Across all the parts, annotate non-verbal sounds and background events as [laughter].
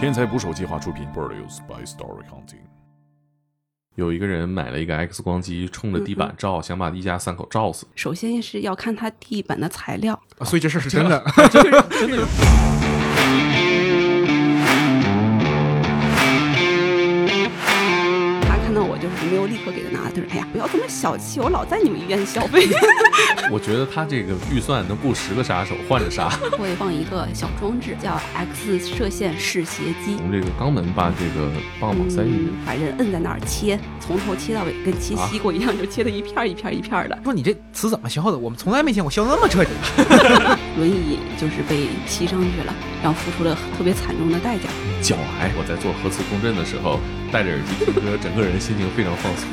天才捕手计划出品，Produced by Story Hunting。有一个人买了一个 X 光机，冲着地嗯板照，想把一家三口照死。首先是要看它地板的材料，啊所以这 [laughs] 事儿是真的。他看到我就是没有立刻给他拿，他说：“哎呀，不要这么小气，我老在你们医院消费。 [laughs] 我觉得他这个预算能雇十个杀手换 [laughs] 着杀。”会放一个小装置叫 X 射线视斜机嗯我，们这个肛门把这个棒棒塞进去，把人摁在那儿切，从头切到尾，跟切西瓜一样，就切的一片儿一片儿一片儿的。啊说你这词怎么削的？我们从来没见过削那么彻底。 [laughs] 轮椅就是被骑上去了，然后付出了特别惨重的代价。脚癌。哎我在做核磁共振的时候，戴着耳机听歌，整个人心情非常放 [laughs] 松。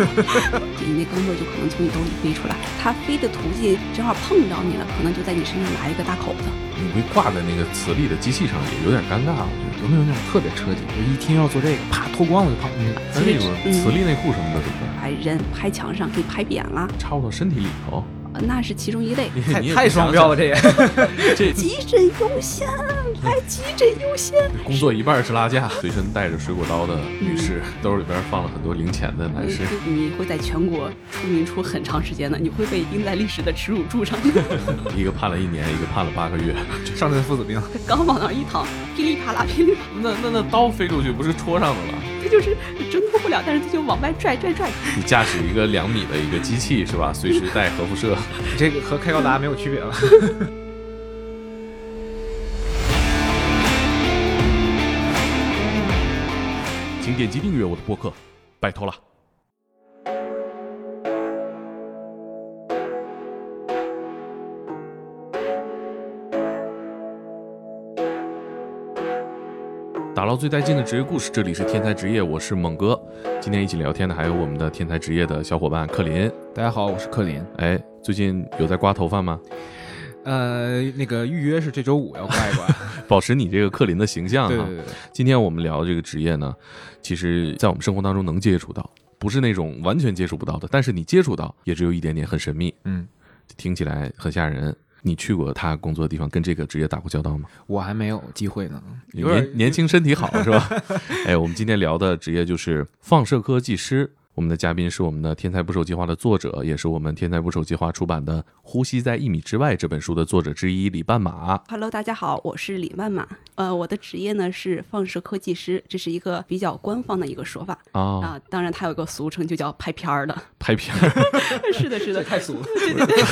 你那钢镚就可能从你兜里飞出来，它飞的途径正好碰着你了，可能就在你身上来一个大口子。你会挂在那个磁力的机器上，也有点尴尬。我觉得有没有那种特别彻底？我一听要做这个，啪脱光我就跑进去嗯了。那那种磁力内裤什么的怎么办？把人拍墙上给拍扁了，插到身体里头， [laughs] 呃那是其中一类。你太你也太不想双标了，这也。想这急诊优先，来急诊优先。工作一半是拉架，嗯随身带着水果刀的女士，兜里边放了很多零钱的男士，你会在全国出名出很长时间的，你会被钉在历史的耻辱柱上。一个判了一年，一个判了八个月。上阵父子兵， [laughs] 刚往那儿一躺，噼里啪啦噼里啪啦， [laughs] 那那那刀飞出去不是戳上的了？他就是挣脱不了，但是他就往外拽拽拽。你驾驶一个两米的一个机器是吧？随时带核辐射。你 [laughs] 这个和开高达没有区别了。 [laughs] 请点击订阅我的播客，拜托了。打捞最带劲的职业故事，这里是天才职业，我是猛哥。今天一起聊天的还有我们的天才职业的小伙伴克林。大家好，我是克林。哎，最近有在刮头发吗？呃，那个预约是这周五要挂一挂。保持 [laughs] 你这啊个克林的形象哈。对对对对，今天我们聊的这个职业呢，其实在我们生活当中能接触到，不是那种完全接触不到的，但是你接触到也只有一点点，很神秘，嗯，听起来很吓人。你去过他工作的地方，跟这个职业打过交道吗？我还没有机会呢。有点年年轻身体好是吧？ [laughs] 哎，我们今天聊的职业就是放射科技师。我们的嘉宾是我们的《天才捕手计划》的作者，也是我们《天才捕手计划》出版的《呼吸在一米之外》这本书的作者之一李半马。 Hello，大家好，我是李曼曼。呃，我的职业呢是放射科技师，这是一个比较官方的一个说法啊、啊、当然，它有个俗称就叫拍片儿的。拍片儿， [laughs] 是的，是的，太俗了。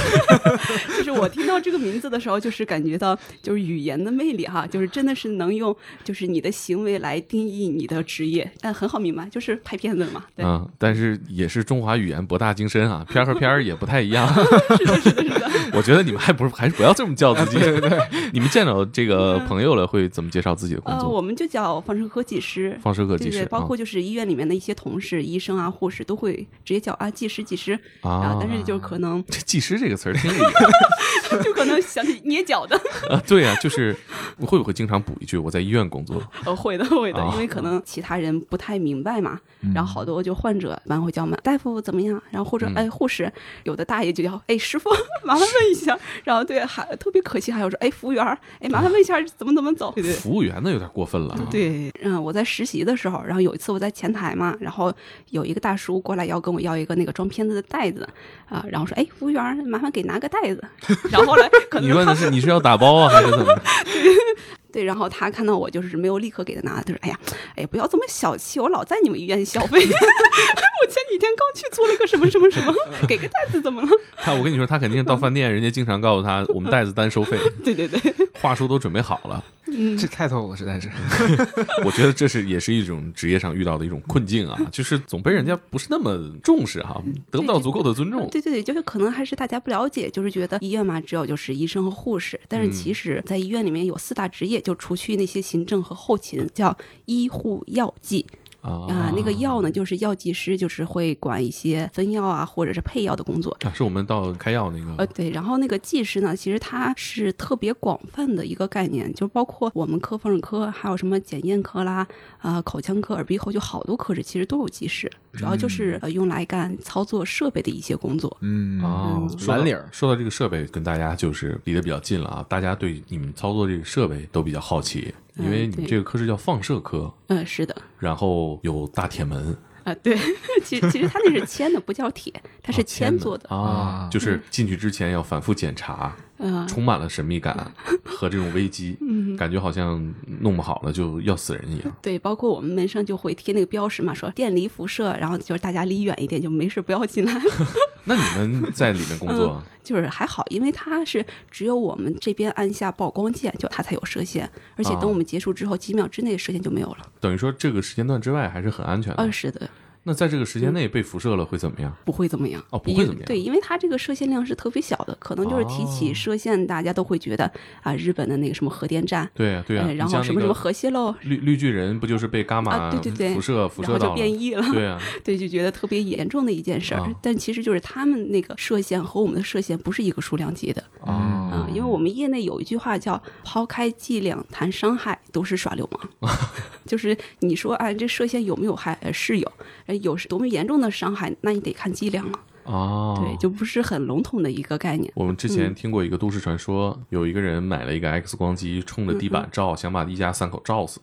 [laughs] 就是我听到这个名字的时候，就是感觉到就是语言的魅力哈，就是真的是能用就是你的行为来定义你的职业，但很好明白，就是拍片子嘛。对，嗯，但是也是中华语言博大精深啊，片儿和片儿也不太一样。 [laughs] 是的，是的，是 [laughs] 的。啊我觉得你们还不是还是不要这么叫自己。对对对， [laughs] 你们见到这个朋友了，会怎么介绍自己的工嗯呃，作？我们就叫放射科技师。放射科技对师对，啊，包括就是医院里面的一些同事、医生啊、护士都会直接叫啊技师、技师啊啊，，但是就是可能 [laughs] 这技师这个词儿听着也 [laughs] 就可能想起捏脚的，啊，对呀、就是会不会经常补一句我在医院工作？呃，会的 [laughs] 会的啊，嗯因为可能其他人不太明白嘛，然后好多就患者一般会叫我们大夫怎么样，然后或嗯者哎护士，有的大爷就叫哎师傅， [laughs] 麻烦问一下，然后对还特别可惜还有说哎服务员儿，哎麻烦问一下怎么怎么走，对对。服务员那有点过分了、啊。对，嗯，我在实习的时候，然后有一次我在前台嘛，然后有一个大叔过来要跟我要一个那个装片子的袋子，啊、然后说，哎，服务员儿，麻烦给拿个袋子。然后后来可能你问的是你是要打包啊，还是怎么着？ [laughs] 对，然后他看到我就是没有立刻给他拿，他说：“哎呀，哎呀，不要这么小气，我老在你们医院消费。 [laughs] 我前几天刚去做了个什么什么什么，给个袋子怎么了？他我跟你说，他肯定到饭店，人家经常告诉他我们袋子单收费，对对对，话术都准备好了。嗯这太透了，实在是。 [laughs] 我觉得这是也是一种职业上遇到的一种困境啊，就是总被人家不是那么重视哈、得不到足够的尊重。对对对，就是可能还是大家不了解，就是觉得医院嘛，只有就是医生和护士，但是其实在医院里面有四大职业，就除去那些行政和后勤，叫医护药剂啊、啊那个药呢，就是药剂师，就是会管一些分药啊，或者是配药的工作。啊，是我们到开药那呃，个对，然后那个技师呢，其实它是特别广泛的一个概念，就包括我们科、放射科，还有什么检验科啦，啊、口腔科、耳鼻喉，就好多科室其实都有技师，主要就是、呃用来干操作设备的一些工作。嗯啊，嗯说到蓝领儿说到这个设备，跟大家就是离得比较近了啊，大家对你们操作这个设备都比较好奇。因为你嗯对这个科室叫放射科，嗯、是的，然后有大铁门，啊，对， [laughs] 其实其实它那是铅的，不叫铁，它是哦铅铅做的。啊啊，就是进去之前要反复检查，嗯，充满了神秘 [laughs] 感和这种危机，感觉好像弄不好了就要死人一样。对，包括我们门上就会贴那个标识嘛，说电离辐射，然后就是大家离远一点，就没事不要进来。那你们在里面工作，就是还好，因为它是只有我们这边按下曝光键，就它才有射线，而且啊等我们结束之后，几秒之内射线就没有了。等于说这个时间段之外还是很安全嗯、的。是的，那在这个时间内被辐射了会怎么样？不会怎么样。哦不因会为怎么样对，因为它这个射线量是特别小的，可能就是提哦起射线，大家都会觉得啊，日本的那个什么核电站，对呀、对呀、啊呃然你像后什那么个什么核泄漏，绿绿巨人不就是被伽马啊对对对辐射辐然射后到就了？变异 [laughs] 了。对啊呀、对，就觉得特别严重的一件事儿。啊但其实就是他们那个射线和我们的射线不是一个数量级的嗯啊，啊啊、因为我们业内有一句话叫“抛开剂量谈伤害都是耍流氓”，就是你说啊，这射线有没有害？呃是有，呃有是多么严重的伤害，那你得看剂量了。哦对，就不是很笼统的一个概念。我们之嗯前听过一个都市传说，有一个人买了一个 X 光机，冲着地嗯板照，想把一家三口照 [laughs] 死。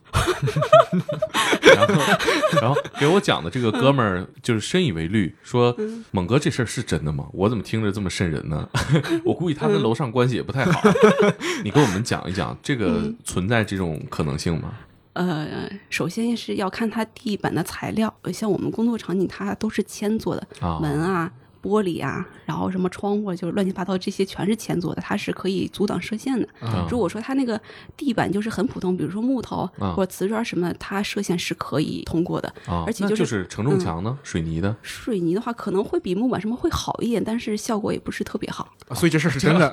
然后，然后给我讲的这个哥们嗯儿就是深以为虑，说：“猛哥，这事儿是真的吗？我怎么听着这么瘆人 [laughs] 呢？我估计他跟楼上关系也不太好。嗯 [laughs] 你给我们讲一讲，这个存在这种可能性吗？呃，首先是要看它地板的材料，呃像我们工作场景，它都是铅做的，啊门啊、玻璃啊，然后什么窗户啊，就是乱七八糟这些全是铅做的，它是可以阻挡射线的。啊如果说它那个地板就是很普通，比如说木头、啊或者瓷砖什么，它射线是可以通过的。啊，而且那就是嗯是承重墙呢，水泥 [laughs] 的。水泥的话可能会比木板什么会好一点，但是效果也不是特别好。 [laughs] 啊所以这事儿是真的。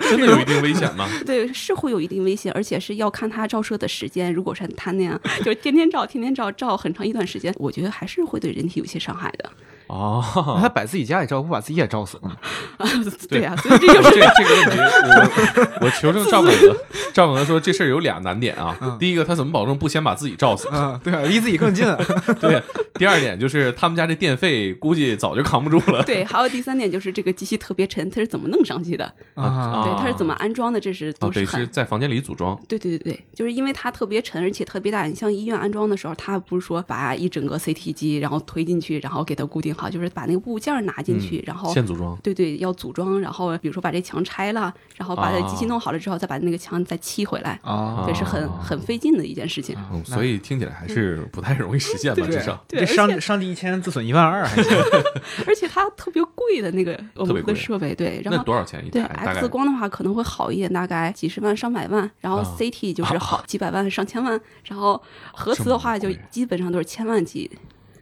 真的有一定危险吗？对，是会有一定危险，而且是要看它照射的时间。如果是它那样， [laughs] 就是天天照、天天照、照很长一段时间，我觉得还是会对人体有些伤害的。 [laughs] 哦，他把自己家里照，不把自己也照死吗？对啊，所以这就 [laughs] 这这个问题，我我求证赵广德。赵广德说这事儿有俩难点啊，第一个他怎么保证不先把自己照死？啊，对啊，离自己更近。对，第二点就是他们家这电费估计早就扛不住了。对，还有第三点就是这个机器特别沉，它是怎么弄上去的？啊 [laughs] 啊，对，它是怎么安装的？这是哦，都得是很。是在房间里组装对对对对，就是因为它特别沉，而且特别大。你像医院安装的时候，它不是说把一整个 CT 机然后推进去，然后给它固定好，就是把那个部件拿进去，然后现组装。对对要组装，然后比如说把这墙拆了，然后把这机器啊弄好了之后，再把那个墙再砌回来，啊，这是很很费劲的一件事情。嗯，所以听起来还是不太容易实现吧，对至少。对而这且上上帝一千，自损一万二，还 [laughs] 行。而且它特别贵的那个我特别们贵的设备，对，然那后多少钱一对台？大概 X 光的话可能会好一点，大概几十万上百万，然后啊 [laughs] CT 就是好几百万上千万，然后核磁的话这么就贵基本上都是千万级。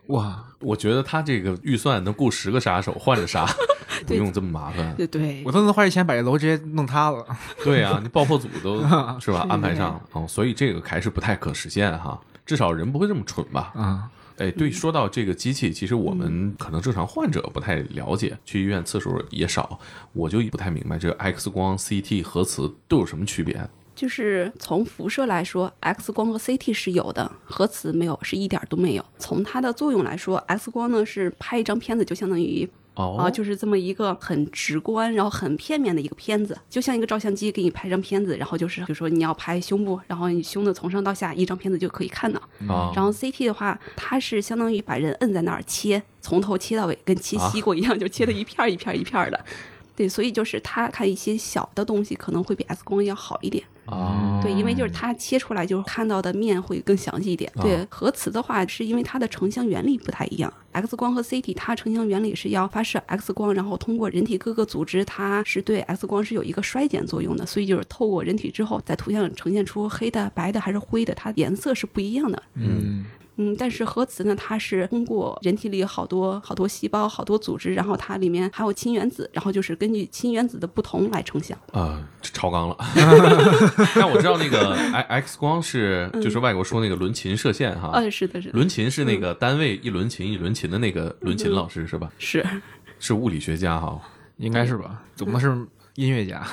哇，我觉得他这个预算能雇十个杀手换着 [laughs] 杀，不对用这么麻烦。对对我，都能花这钱把这楼直接弄塌了。对 [laughs] 啊，你爆破组都是吧安排上了哦，所以这个还是不太可实现哈。至少人不会这么蠢吧？啊，哎，对，说到这个机器，其实我们可能正常患者不太了解，去医院次数也少，我就不太明白这个 X 光、CT、核磁都有什么区别就是从辐射来说，X 光和 CT 是有的，核磁没有，是一点儿都没有。从它的作用来说，X 光呢是拍一张片子，就相当于哦啊，就是这么一个很直观，然后很片面的一个片子，就像一个照相机给你拍张片子，然后就是比如说你要拍胸部，然后你胸的从上到下一张片子就可以看到。啊然后 CT 的话，它是相当于把人摁在那儿切，从头切到尾，跟切西瓜一样，就切的一片儿一片儿一片儿的。对，所以就是它看一些小的东西，可能会比 X 光要好一点。啊对，因为就是它切出来，就是看到的面会更详细一点。对，核磁的话，是因为它的成像原理不太一样。X 光和 CT 它成像原理是要发射 X 光，然后通过人体各个组织，它是对 X 光是有一个衰减作用的，所以就是透过人体之后，在图像呈现出黑的、白的还是灰的，它颜色是不一样的。嗯，嗯，但是核磁呢，它是通过人体里有好多好多细胞、好多组织，然后它里面还有氢原子，然后就是根据氢原子的不同来成像。啊，这超纲了。但我知道那个哎 X 光是，就是外国说那个伦琴射线哈，嗯呃，嗯是的，是的，伦琴是那个单位一伦琴一伦琴的嗯那个伦琴老师是吧？是。是物理学家哈，应该是吧？总不能是音乐家，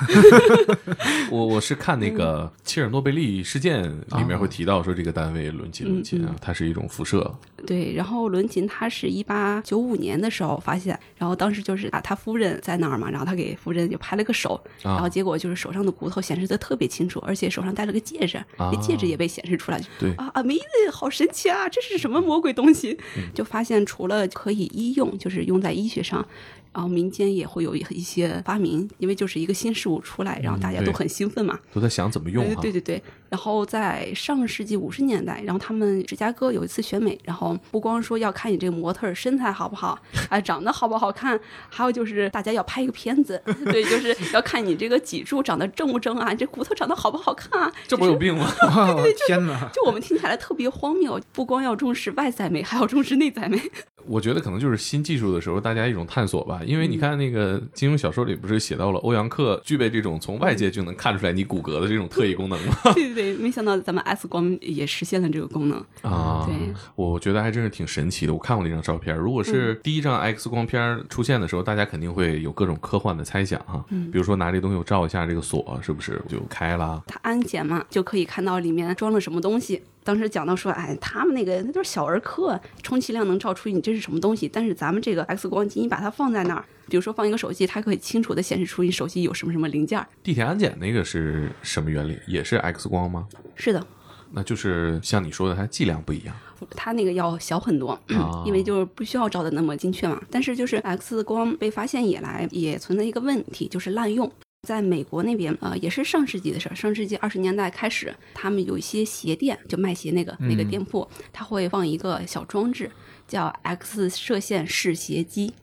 我我是看那个嗯切尔诺贝利事件里面会提到说这个单位伦琴伦琴嗯啊，它是一种辐射，对，然后伦琴他是一八九五年的时候发现，然后当时就是啊，他夫人在那儿嘛，然后他给夫人就拍了个手，啊然后结果就是手上的骨头显示的特别清楚，而且手上戴了个戒指，啊那戒指也被显示出来，对啊，amazing，好神奇啊，这是什么魔鬼东西？嗯 [laughs] 就发现除了可以医用，就是用在医学上。然后民间也会有一些发明，因为就是一个新事物出来，然后大家嗯都对很兴奋嘛。都在想怎么用哎哈对。对对，然后在上世纪五十年代，然后他们芝加哥有一次选美，然后不光说要看你这个模特儿身材好不好，啊，长得好不好看，还有就是大家要拍一个片子， [laughs] 对，就是要看你这个脊柱长得正不正啊，你这骨头长得好不好看啊。这不是有病吗？ [laughs] 哇天哪！就我们听起来特别荒谬，不光要重视外在美，还要重视内 [laughs] 在美。 [laughs] 我觉得可能就是新技术的时候，大家一种探索吧。因为嗯你看那个金庸小说里不是写到了欧阳克具备这种从外界就能看出来你骨骼的这种特异功能 [laughs] 吗？对对对，没想到咱们 X 光也实现了这个功能。啊，嗯对我觉得还真是挺神奇的。我看过那张照片，如果是嗯第一张 X 光片儿出现的时候，大家肯定会有各种科幻的猜想哈、嗯比如说拿这东西我照一下这个锁是不是就开了？他安检嘛，就可以看到里面装了什么东西。当时讲到说，哎，他们那个那都是小儿科，充其量能照出你这是什么东西。但是咱们这个 X 光机，你把它放在那儿，比如说放一个手机，它可以清楚的显示出你手机有什么什么零件儿。地铁安检那个是什么原理？也是 X 光吗？是的，那就是像你说的，它剂量不一样它那个要小很多，啊嗯因为就是不需要照的那么精确嘛。但是就是 X 光被发现以来，也存在一个问题，就是滥用。在美国那边，呃，也是上世纪的事儿，上世纪二十年代开始，他们有一些鞋店，就卖鞋那个那个店铺，它会放一个小装置，叫 X 射线试鞋机。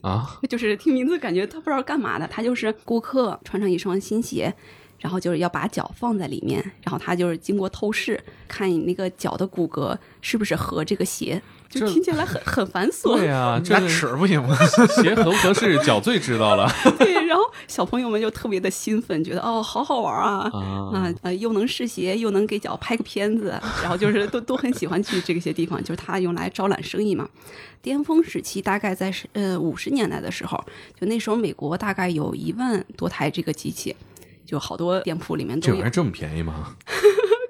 啊就是听名字感觉他不知道干嘛的，他就是顾客穿上一双新鞋，然后就是要把脚放在里面，然后他就是经过透视，看你那个脚的骨骼是不是合这个鞋，就这听起来很很繁 [laughs] 琐。对啊，这拿尺不行吗？ [laughs] 鞋合不合适，脚最知道了对，然后小朋友们就特别的兴奋，觉得哦，好好玩啊。啊。啊呃，又能试鞋，又能给脚拍个 [laughs] 片子，然后就是都都很喜欢去这些地方，就是它用来招揽生意嘛。巅峰时期大概在是呃五十年代的时候，就那时候美国大概有一万多台这个机器。就好多店铺里面这都玩意有儿，这么便宜吗？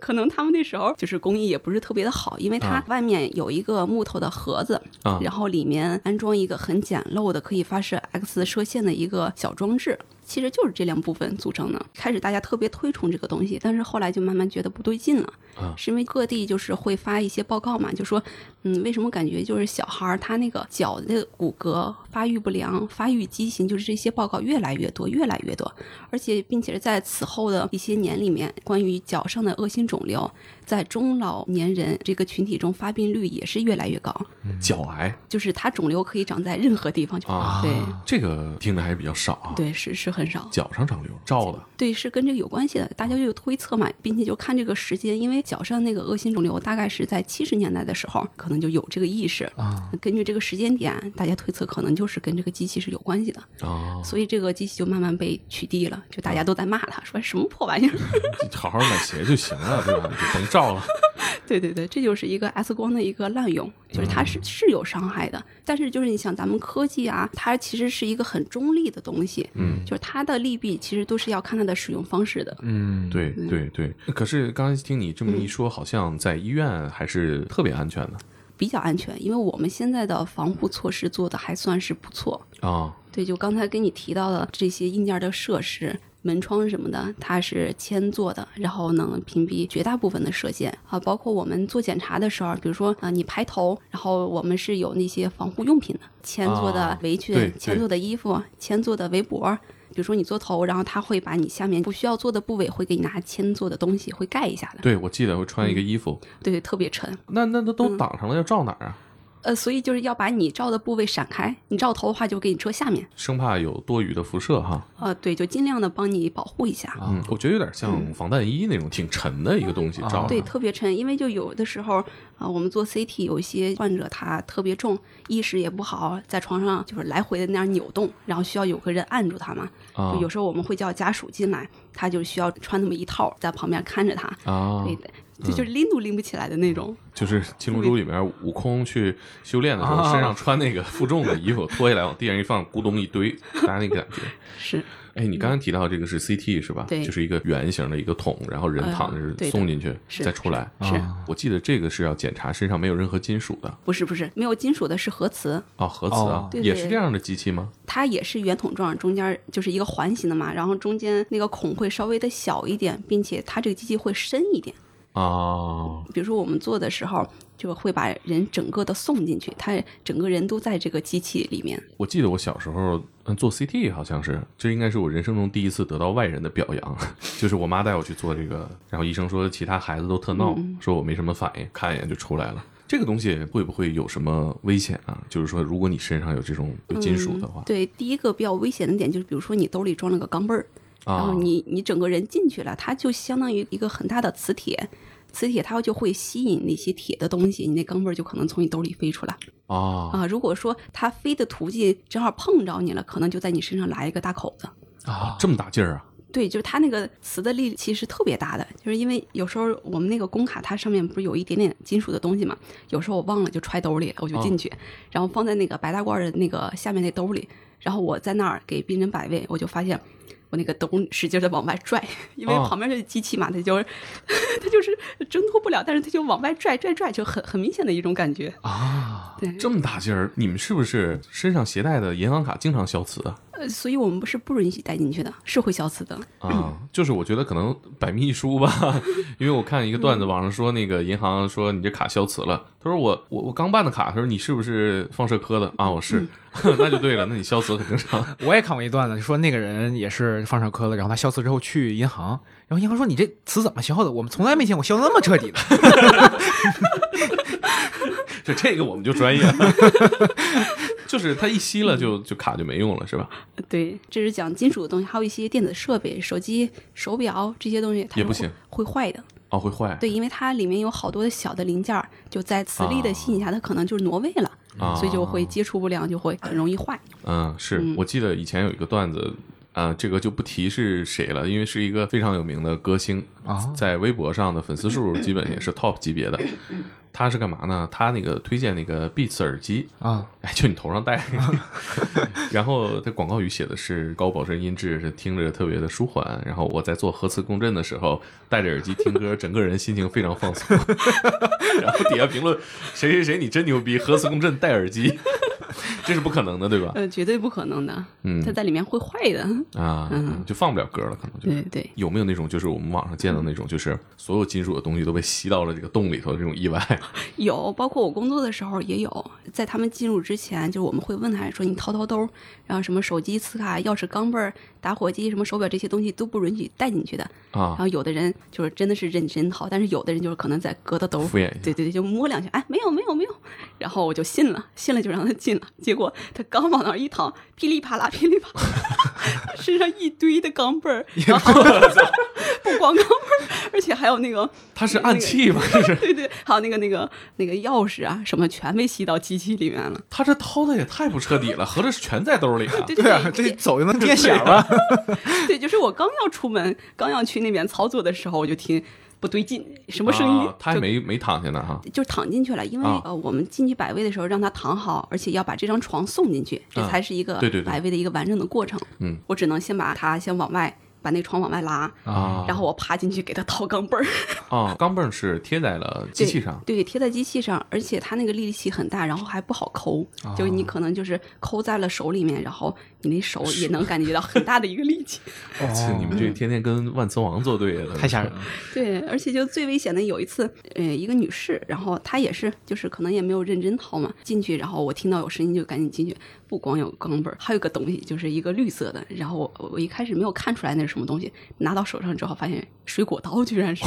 可能他们那时候就是工艺也不是特别的好，因为它啊外面有一个木头的盒子，啊然后里面安装一个很简陋的可以发射 X 射线的一个小装置，其实就是这两部分组成的。开始大家特别推崇这个东西，但是后来就慢慢觉得不对劲了，啊是因为各地就是会发一些报告嘛，就说嗯，为什么感觉就是小孩儿他那个脚的骨骼发育不良、发育畸形，就是这些报告越来越多，越来越多，而且并且是在此后的一些年里面，关于脚上的恶性肿瘤，在中老年人这个群体中发病率也是越来越高。脚癌就是它肿瘤可以长在任何地方，啊，对这个听的还是比较少啊。对是是很少，脚上长瘤，照的对是跟这个有关系的，大家就有推测嘛，并且就看这个时间，因为脚上那个恶性肿瘤大概是在七十年代的时候，可能就有这个意识啊，根据这个时间点，大家推测可能就是跟这个机器是有关系的，啊，所以这个机器就慢慢被取缔了，就大家都在骂它，说什么破玩意儿， [laughs] [laughs] 好好买鞋就行了，对吧？你就甭照了。对对对，这就是一个 X 光的一个滥用，就是它是是有伤害的，但是就是你想咱们科技啊，它其实是一个很中立的东西，嗯，就是它的利弊其实都是要看它的使用方式的。嗯， [laughs] 对对对。可是刚才听你这么一说，好像在医院还是特别安全的比较安全，因为我们现在的防护措施做的还算是不错。啊。对，就刚才跟你提到的这些硬件的设施。门窗什么的，它是铅做的，然后能屏蔽绝大部分的射线啊。包括我们做检查的时候，比如说啊、呃你排头，然后我们是有那些防护用品的，铅做的啊围裙、对铅对做的衣服、铅做的围脖。比如说你做头，然后它会把你下面不需要做的部位会给你拿铅做的东西会盖一下的，对，我记得会穿一个衣服，对，特别沉。那那那都挡上了，要照哪儿啊？呃，所以就是要把你照的部位闪开，你照头的话就给你遮下面，生怕有多余的辐射哈。呃，对，就尽量的帮你保护一下。嗯，我觉得有点像防弹衣那种挺沉的一个东西，啊照对，上。特别沉，因为就有的时候啊、我们做 CT，有一些患者他特别重，意识也不好，在床上就是来回的那样扭动，然后需要有个人按住他嘛。啊就有时候我们会叫家属进来，他就需要穿那么一套在旁边看着他。啊嗯对的，就就是拎都拎不起来的那种。就是《七龙珠》里面悟空去修炼的时候，啊身上穿那个负重的衣服脱下来，往地上一放，咕咚一堆，大家那个感觉。是，哎，你刚刚提到这个是 CT 是吧？对就是一个圆形的一个桶，然后人哎呀躺着对的送进去，是再出来。是啊我记得这个是要检查身上没有任何金属的不是不是没有金属的是核磁，哦，核磁啊哦，对对也是这样的机器吗？它也是圆筒状，中间就是一个环形的嘛，然后中间那个孔会稍微的小一点，并且它这个机器会深一点。哦，比如说我们做的时候，就会把人整个的送进去，他整个人都在这个机器里面。我记得我小时候嗯做 CT 好像是，这应该是我人生中第一次得到外人的表扬， [laughs] 就是我妈带我去做这个，然后医生说其他孩子都特闹，嗯说我没什么反应，看一眼就出来了。这个东西会不会有什么危险啊？就是说，如果你身上有这种有金属的话嗯，对，第一个比较危险的点就是，比如说你兜里装了个钢镚儿，然啊后，你你整个人进去了，它就相当于一个很大的磁铁，磁铁它就会吸引那些铁的东西，你那钢镚儿就可能从你兜里飞出来啊啊、如果说它飞的途径正好碰着你了，可能就在你身上来一个大口子。啊，这么大劲儿啊！对，就是它那个磁的力其实特别大的，就是因为有时候我们那个工卡它上面不是有一点点金属的东西嘛，有时候我忘了就揣兜里了，嗯我就进去，然后放在那个白大褂的那个下面那兜里，然后我在那儿给病人摆位，我就发现我那个兜使劲的往外拽，因为哦旁边这机器嘛，它就是 [laughs] 它就是挣脱不了，但是它就往外拽拽拽，就很很明显的一种感觉。啊对，这么大劲儿，你们是不是身上携带的银行卡经常消磁啊？呃，所以我们不是不允许带进去的，是会消磁的。啊，就是我觉得可能百密一疏吧， [laughs] 因为我看一个段子，网上说那个银行说你这卡消磁了，他说我我我刚办的卡，他说你是不是放射科的啊？我是， [laughs] 那就对了，那你消磁很正常。 [laughs] 我也看过一段子，说那个人也是放射科的，然后他消磁之后去银行，然后银行说你这磁怎么消的？我们从来没见过消那么彻底的。这这个我们就专业了， [laughs] 就是它一吸了就就卡就没用了，是吧？对，这是讲金属的东西，还有一些电子设备、手机、手表这些东西，它是也不会行，会坏的。哦，会坏。对，因为它里面有好多的小的零件儿，就在磁力的吸引下，它可能就是挪位了，啊所以就会接触不良，就会很容易坏。嗯，是我记得以前有一个段子，啊、这个就不提是谁了，因为是一个非常有名的歌星啊在微博上的粉丝数基本也是 top 级别的。 [clears throat] 他是干嘛呢？他那个推荐那个 Beats 耳机，啊哎，就你头上戴。 [laughs] 然后这广告语写的是高保真音质，是听着特别的舒缓。然后我在做核磁共振的时候，戴着耳机听歌，整个人心情非常放松。 [laughs] 然后底下评论谁谁谁你真牛逼，核磁共振戴耳机， [laughs] 这是不可能的，对吧？呃，绝对不可能的，啊嗯它在里面会坏的。啊，嗯就放不了歌了，可能就对是。对，有没有那种就是我们网上见到那种，就是所有金属的东西都被吸到了这个洞里头的这种意外有，包括我工作的时候也有，在他们进入之前，就是我们会问他说你掏掏兜儿，然后什么手机、磁卡、钥匙、钢镚儿、打火机、什么手表这些东西都不允许带进去的。然啊？后有的人就是真的是认真掏，但是有的人就是可能在疙瘩兜儿敷衍一下对对对，就摸两下，哎，没有没有没有，然后我就信了，信了就让他进了，结果他刚往那儿一躺，噼里啪啦噼里啪啦， [laughs] 身上一堆的钢镚儿，然后 [laughs] 不光钢镚儿，而且还有 [laughs] 那个，它是暗器吗？这是对对，还有那个那个那个钥匙啊什么全被吸到机器里面了，他这掏的也太不彻底了，合着是全在兜里啊对？对啊，这对走就能变响 [laughs] 了。对，就是我刚要出门，刚要去那边操作的时候，我就听不对劲，什么声音啊？他就还没没躺下呢哈。就躺进去了，因为、啊呃，我们进去摆位的时候让他躺好，而且要把这张床送进去，这啊才是一个对对对摆位的一个完整的过程。嗯，我只能先把他先往外，把那床往外拉，啊，然后我爬进去给他掏钢镚儿，啊，钢镚儿是贴在了机器上，对，对，贴在机器上，而且它那个力气很大，然后还不好抠，啊就你可能就是抠在了手里面，然后你那手也能感觉到很大的一个力气。啊切你们这天天跟万磁王作对啊，太吓人了。对，而且就最危险的有一次，呃，一个女士，然后她也是，就是可能也没有认真掏嘛，进去，然后我听到有声音就赶紧进去，不光有钢镚儿，还有个东西，就是一个绿色的，然后我我一开始没有看出来那是什么东西，拿到手上之后发现水果刀居 [laughs] 然是，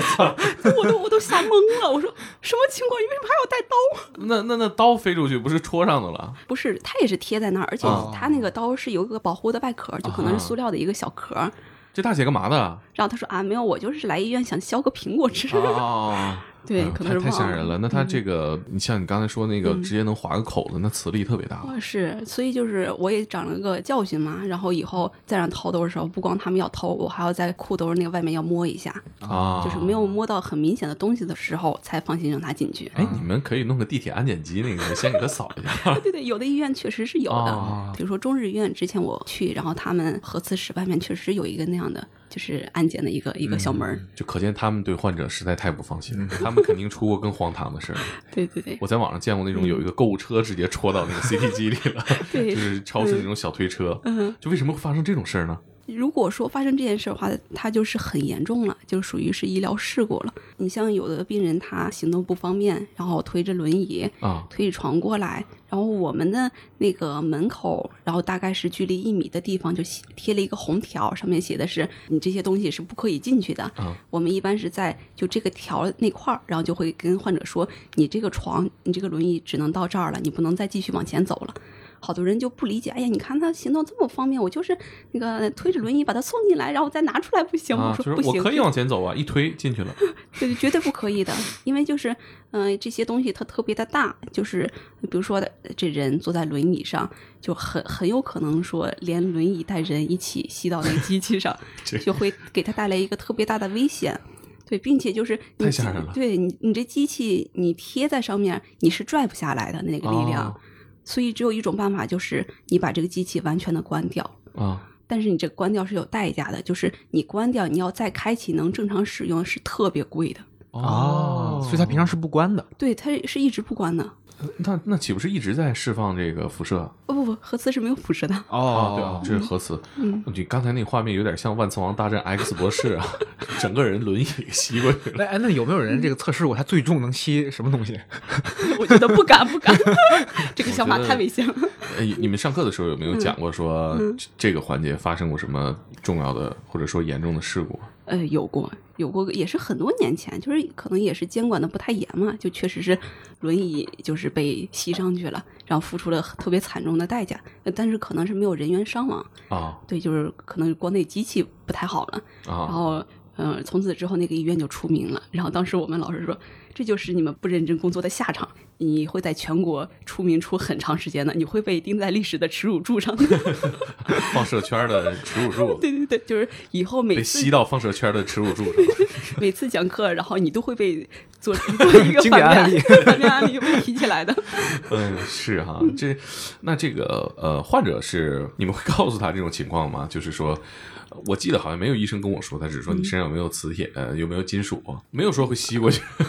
[laughs] 操！我都我都吓懵了，我说什么情况？你为什么还要带刀？那那那刀飞出去不是戳上的了？不是，它也是贴在那儿，而且哦它那个刀是有一个保护的外壳，就可能是塑料的一个小壳儿。 [laughs] 这大姐干嘛的？然后她说啊，没有，我就是来医院想削个苹果吃。啊， [laughs] 对哎，呦可能太是太吓忘人了。那他这个，你像你刚才说那个，嗯直接能划个口子，那磁力特别大了。哦，是，所以就是我也长了个教训嘛，然后以后再让掏兜的时候，不光他们要掏，我还要在裤兜那个外面要摸一下，啊，就是没有摸到很明显的东西的时候，才放心让他进去。哎，你们可以弄个地铁安检机，那 [laughs] 个先给他扫一下。 [laughs] 哎对对，有的医院确实是有的，哦比如说中日医院，之前我去，然后他们核磁室外面确实有一个那样的，就是安检的一个一个小门儿。就可见他们对患者实在太不放嗯心，他们肯定出过更荒唐的 [laughs] 事儿。对对对，我在网上见过那种有一个购物车直接戳到那个 CT 机里了， [laughs] 对就是超市那种小推车。嗯，就为什么会发生这种事儿呢？如果说发生这件事的话，它就是很严重了，就属于是医疗事故了。你像有的病人他行动不方便，然后推着轮椅，啊，推着床过来，然后我们的那个门口，然后大概是距离一米的地方就写贴了一个红条，上面写的是你这些东西是不可以进去的。嗯我们一般是在就这个条那块儿，然后就会跟患者说，你这个床，你这个轮椅只能到这儿了，你不能再继续往前走了。好多人就不理解，哎呀，你看他行动这么方便，我就是那个推着轮椅把他送进来，然后再拿出来不行吗？啊，我就是说不我行，可以往前走啊，一推进去了。对，绝对不可以的，因为就是，嗯、这些东西它特别的大，就是比如说的这人坐在轮椅上，就很很有可能说连轮椅带人一起吸到那个机 [laughs] 器上，就会给他带来一个特别大的危险。对，并且就是你太机吓人了对你，你这机器你贴在上面，你是拽不下来的那个力量，哦所以只有一种办法，就是你把这个机器完全的关掉。 [laughs] 啊，但是你这个关掉是有代价的，就是你关掉，你要再开启能正常使用是特别贵的。哦，所以他平常是不关的。对，它是一直不关的。那那岂不是一直在释放这个辐射？哦不不，核磁是没有辐射哦的。啊，对啊，这是核磁。哦嗯，你刚才那个画面有点像《万磁王大战 X 博士》啊， [laughs] 整个人轮椅给吸过去了。哎哎，那有没有人这个测试过他最重能吸什么东西？我觉得不敢不敢， [laughs] 这个我想觉法得太危险了。哎，你们上课的时候有没嗯有讲过说这这个环节发生过什么重要的或者说严重的事故？呃，有过有过，也是很多年前，就是可能也是监管的不太严嘛，就确实是轮椅就是被吸上去了，然后付出了特别惨重的代价，呃但是可能是没有人员伤亡。啊对，就是可能国内机器不太好了，然啊！后。嗯、从此之后那个医院就出名了。然后当时我们老师说，这就是你们不认真工作的下场，你会在全国出名出很长时间的，你会被钉在历史的耻辱柱上的。 [laughs] [laughs] 放射圈的耻辱柱对对对，就是以后每被次吸到放射圈的耻辱柱上。[laughs] 每次讲课，然后你都会被 [laughs] 做做一个经典反面案例 [laughs] 反面案例被提起来的。嗯，是哈，这那这个呃，患者是你们会告诉他这种情况吗？就是说，呃我记得好像没有医生跟我说，他只是说嗯你身上有没有磁铁，呃，有没有金属，没有说会吸过去。 [laughs]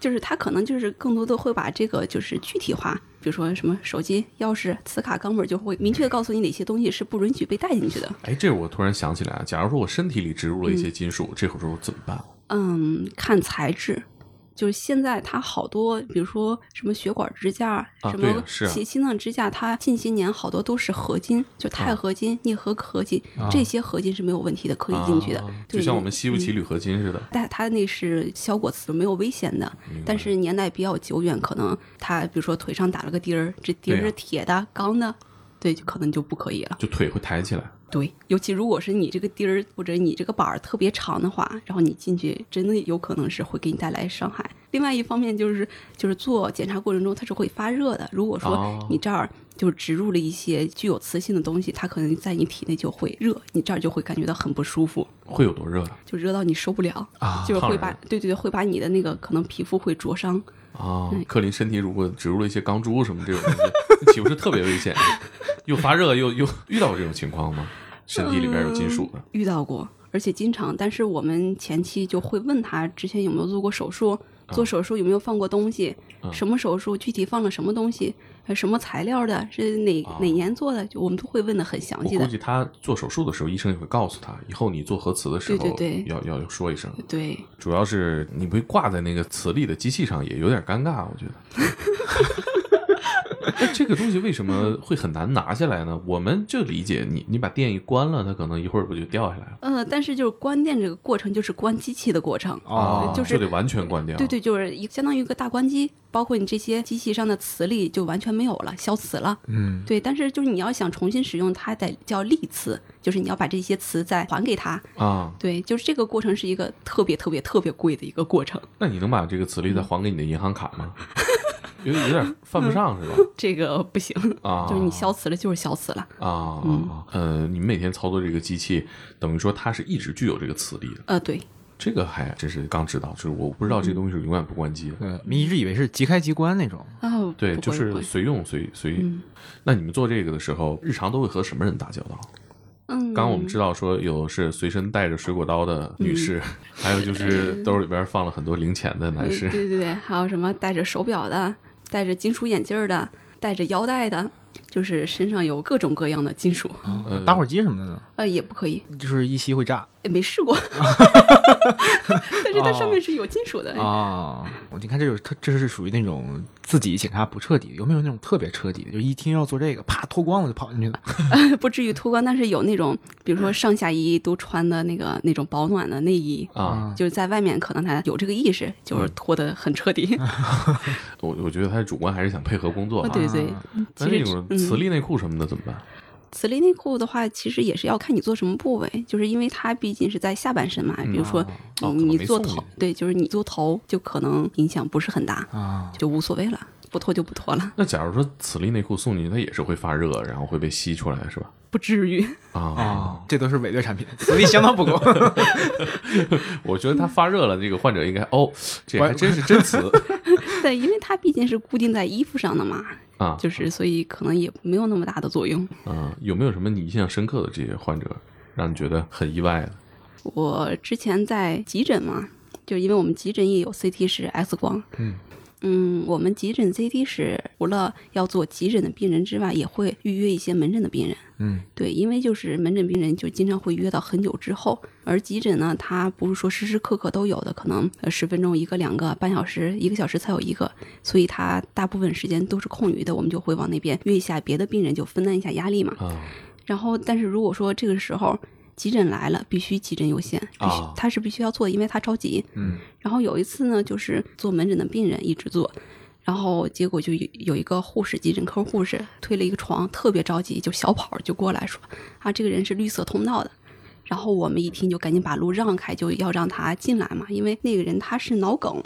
就是他可能就是更多的会把这个就是具体化，比如说什么手机、钥匙、磁卡、钢本，就会明确地告诉你哪些东西是不允许被带进去的。哎，这我突然想起来啊，假如说我身体里植入了一些金属，这会儿时候怎么办？嗯，看材质。就是现在，它好多，比如说什么血管支架，啊什对么啊是啊心心脏支架，它近些年好多都是合金，就啊钛合金、镍合合金，啊这些合金是没有问题的，可以进去的。啊对就像我们西部嗯奇铝合金似的。但它那是消果瓷，没有危险的明白。但是年代比较久远，可能它比如说腿上打了个钉儿，这钉儿对啊是铁的、钢的，对，就可能就不可以了。就腿会抬起来，对，尤其如果是你这个钉儿或者你这个板儿特别长的话，然后你进去真的有可能是会给你带来伤害。另外一方面就是，就是做检查过程中它是会发热的。如果哦说你这儿就是植入了一些具有磁性的东西，它可能在你体内就会热，你这儿就会感觉到很不舒服。会有多热啊？就热到你受不了，啊就是会烫把人对对对，会把你的那个可能皮肤会灼伤。啊嗯克林身体如果植入了一些钢珠什么这种东西，岂不是特别危险？啊 [laughs] 又发热又又遇到过这种情况吗？身体里边有金属的嗯，遇到过，而且经常。但是我们前期就会问他之前有没有做过手术，啊做手术有没有放过东西，什么手术，具体放了什么东西，呃什么材料的，是哪、啊哪年做的，就嗯我们都会问的很详我细估的。计他做手术的时候，医生也会告诉他，以后你做核磁的时候对对对要要说一声。对，主要是 [laughs] 你被挂在那个磁力的机器上，也有点尴尬，我觉得。哎这个东西为什么会很难拿下来呢？我们就理解你，你把电一关了，它可能一会儿不就掉下来了？呃，但是就是关电这个过程，就是关机器的过程。哎哦对就是啊就得完全关掉。对对，就是一相当于一个大关机，包括你这些机器上的磁力就完全没有了，消磁了。嗯，对，但是就是你要想重新使用它，还得叫历磁，就是你要把这些磁再还给它。啊，对，就是这个过程是一个特别特别特别贵的一个过程。那你能把这个磁力再还给你的银行卡 [laughs] 吗？有有点犯不上是吧？这个不行，啊，就是你消磁了就是消磁了。啊嗯，呃，你们每天操作这个机器，等于说它是一直具有这个磁力的。呃，对，这个还真是刚知道，就是我不知道这个东西是永远不关机的。对，呃一直以为是即开即关那种。哦，对，嗯不就会不是会随用随随。嗯那你们做这个的时候，日常都会和什么人打交道？嗯，刚刚我们知道说有是随身带着水果刀的女士， [laughs] 还有就是兜里边放了很多零钱的男嗯士。对对对，还有什么戴着手表的，戴着金属眼镜儿的，戴着腰带的，就是身上有各种各样的金属，呃打火机什么的呢？呃，也不可以，就是一吸会炸也没试过， [laughs] 但是它上哦面是有金属的。啊！我你看这就是特，这是属于那种自己检查不彻底，有没有那种特别彻底的？就一听要做这个，啪脱光了就跑进去了。 [laughs] 不至于脱光，但是有那种，比如说上下衣都穿的那个那种保暖的内衣，啊，就是在外面可能他有这个意识，嗯就是脱的很 [laughs] 彻底。我我觉得他主观还是想配合工作哦吧。对对，那其这实种嗯磁力内裤什么的怎么办？此类内裤的话，其实也是要看你做什么部位，就是因为它毕竟是在下半身嘛，比如说哦嗯可能你没做送你，头嗯对，就是你做头就可能影响不是很大，啊，就无所谓了，不脱就不脱了，那假如说磁力内裤送进去，它也是会发热，然后会被吸出来，是吧？不至于。 [laughs] 啊，啊，这都是伪劣产品， [laughs] 所以相当不够。 [laughs] 我觉得它发热了，这个患者应该哦，这还真是真磁对，因为它毕竟是固定在衣服上的嘛，啊就是所以可能也没有那么大的作用。啊！有没有什么你印象深刻的这些患者，让你觉得很意外的？我之前在急诊嘛，就因为我们急诊也有 CT 室、X 光，嗯嗯我们急诊 CT 室除了要做急诊的病人之外，也会预约一些门诊的病人。嗯对，因为就是门诊病人就经常会约到很久之后，而急诊呢，它不是说时时刻刻都有的，可能呃十分钟一个、两个、半小时、一个小时才有一个，所以它大部分时间都是空余的，我们就会往那边约一下别的病人，就分担一下压力嘛。啊然后，但是如果说这个时候急诊来了，必须急诊优先，必须啊他是必须要做的，因为他着急。嗯然后有一次呢，就是做门诊的病人一直做，然后结果就有有一个护士，急诊科护士推了一个床，特别着急，就小跑就过来说啊，这个人是绿色通道的。然后我们一听就赶紧把路让开，就要让他进来嘛，因为那个人他是脑梗，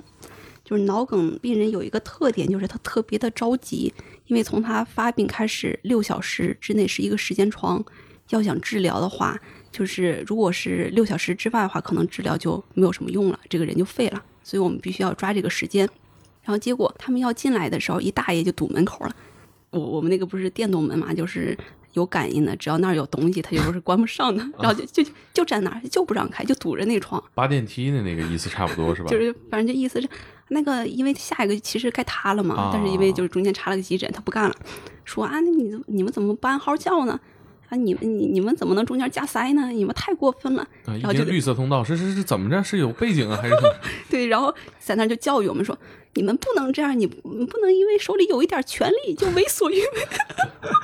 就是脑梗病人有一个特点，就是他特别的着急，因为从他发病开始六小时之内是一个时间窗，要想治疗的话，就是如果是六小时之外的话，可能治疗就没有什么用了，这个人就废了，所以我们必须要抓这个时间。然后结果他们要进来的时候，一大爷就堵门口了。我我们那个不是电动门嘛，就是有感应的，只要那儿有东西，它就不是关不上的。然后就就就站那儿，就不让开，就堵着那窗。扒电梯的那个意思差不多是吧？就是反正就意思是，那个因为下一个其实该他了嘛，啊但是因为就是中间插了个急诊，他不干了，说啊，那你你们怎么不按号叫呢？啊，你们你你们怎么能中间加塞呢？你们太过分了。啊，一然后哦就听绿色通道是是是怎么着？是有背景啊还是怎么？ [laughs] 对，然后在那儿就教育我们说，你们不能这样，你你不能因为手里有一点权利就为所欲为。 [laughs]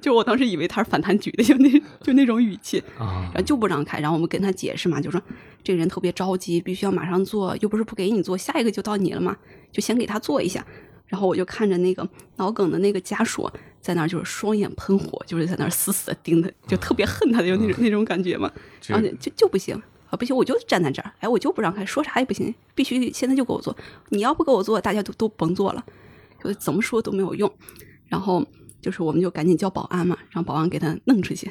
就我当时以为他是反贪局的，就那就那种语气。啊然后就不让开，然后我们跟他解释嘛，就说这个人特别着急，必须要马上做，又不是不给你做，下一个就到你了嘛，就先给他做一下。然后我就看着那个脑梗的那个家属在那儿，就是双眼喷火，就是在那儿死死的盯着，就特别恨他的，就那种、那种感觉嘛。这然后就就不行啊，不行，我就站在这儿，哎，我就不让开，说啥也不行，必须现在就给我做。你要不给我做，大家都都甭做了，就怎么说都没有用。然后就是我们就赶紧叫保安嘛，让保安给他弄出去。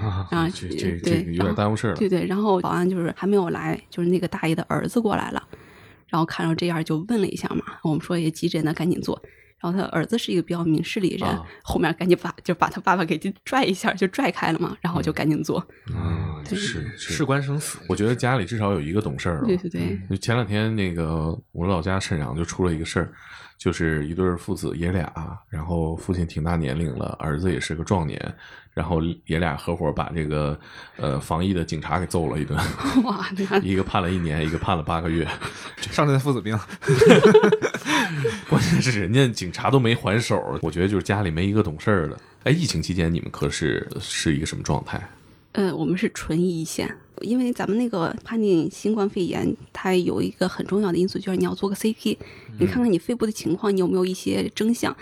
啊然后这这对这个有然点后耽误事儿了。对对，然后保安就是还没有来，就是那个大爷的儿子过来了，然后看到这样就问了一下嘛，我们说也急诊的赶紧做。然后他儿子是一个比较明事理人，啊后面赶紧把就把他爸爸给就拽一下，就拽开了嘛，嗯然后就赶紧做。 [laughs] 啊，对是事是，嗯关生死，我觉得家里至少有一个懂事儿了。对对对，就前两天那个我老家沈阳就出了一个事儿，就是一对儿父子爷俩，然后父亲挺大年龄了，儿子也是个壮年，然后爷俩合伙把这个呃防疫的警察给揍了一顿， [laughs] 哇，那样一个判了一年，一个判了八个月。上阵父子兵。 [laughs] 关键的是人家警察都没还手，我觉得就是家里没一个懂事儿的。哎，疫情期间你们科室是一个什么状态？呃，我们是纯一线，因为咱们那个判定新冠肺炎，它有一个很重要的因素就是你要做个 CT，、你看看你肺部的情况，你有没有一些征象，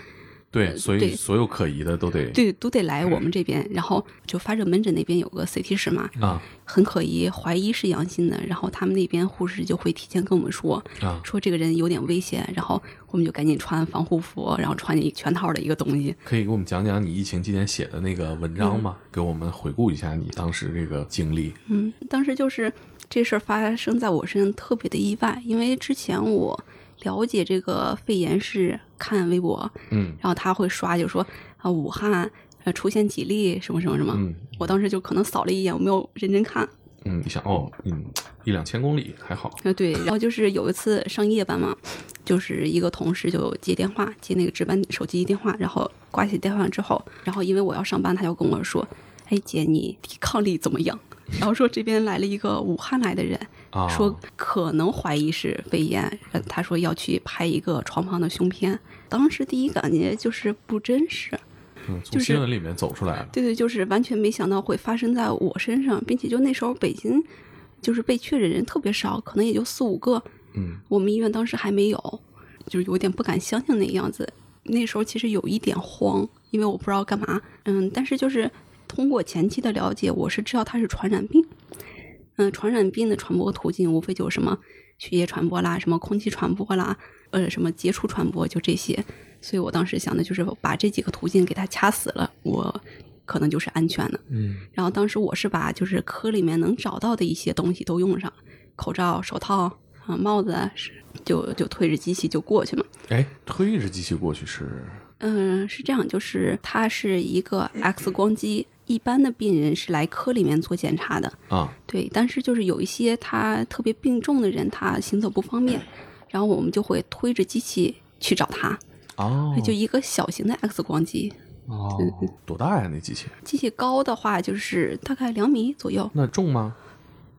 对，所以呃对所有可疑的都得对，都得来我们这边。然后就发热门诊那边有个 CT 室嘛，啊很可疑，怀疑是阳性的，然后他们那边护士就会提前跟我们说，啊，说这个人有点危险，然后我们就赶紧穿防护服，然后穿一全套的一个东西。可以给我们讲讲你疫情期间写的那个文章吗？给我们回顾一下你当时这个经历。嗯，当时就是这事儿发生在我身上特别的意外，因为之前我了解这个肺炎是看微博，嗯然后他会刷就说啊武汉呃出现几例什么什么什么，嗯我当时就可能扫了一眼，我没有认真看，嗯，你想哦，嗯，一两千公里还好，啊，对，然后就是有一次上夜班嘛，就是一个同事就接电话，接那个值班手机电话，然后挂起电话之后，然后因为我要上班，他就跟我说：“哎姐，你抵抗力怎么样？”然后说这边来了一个武汉来的人，啊说可能怀疑是肺炎，然后他说要去拍一个床旁的胸片。当时第一感觉就是不真实，嗯，从就是新闻里面走出来了。对对，就是完全没想到会发生在我身上，并且就那时候北京就是被确诊人特别少，可能也就四五个，嗯我们医院当时还没有，就是有点不敢相信那个样子。那时候其实有一点慌，因为我不知道干嘛。嗯，但是就是通过前期的了解，我是知道它是传染病。嗯，传染病的传播途径无非就是什么血液传播啦，什么空气传播啦，呃，什么接触传播，就这些。所以我当时想的就是把这几个途径给它掐死了，我可能就是安全的。嗯然后当时我是把就是科里面能找到的一些东西都用上，口罩、手套啊、帽子，是就就推着机器就过去嘛。哎，推着机器过去是嗯，是这样，就是它是一个 X 光机，一般的病人是来科里面做检查的，啊，对。但是就是有一些他特别病重的人，他行走不方便，然后我们就会推着机器去找他，哦，就一个小型的 X 光机，哦，多大呀那机器？机器高的话就是大概两米左右，那重吗？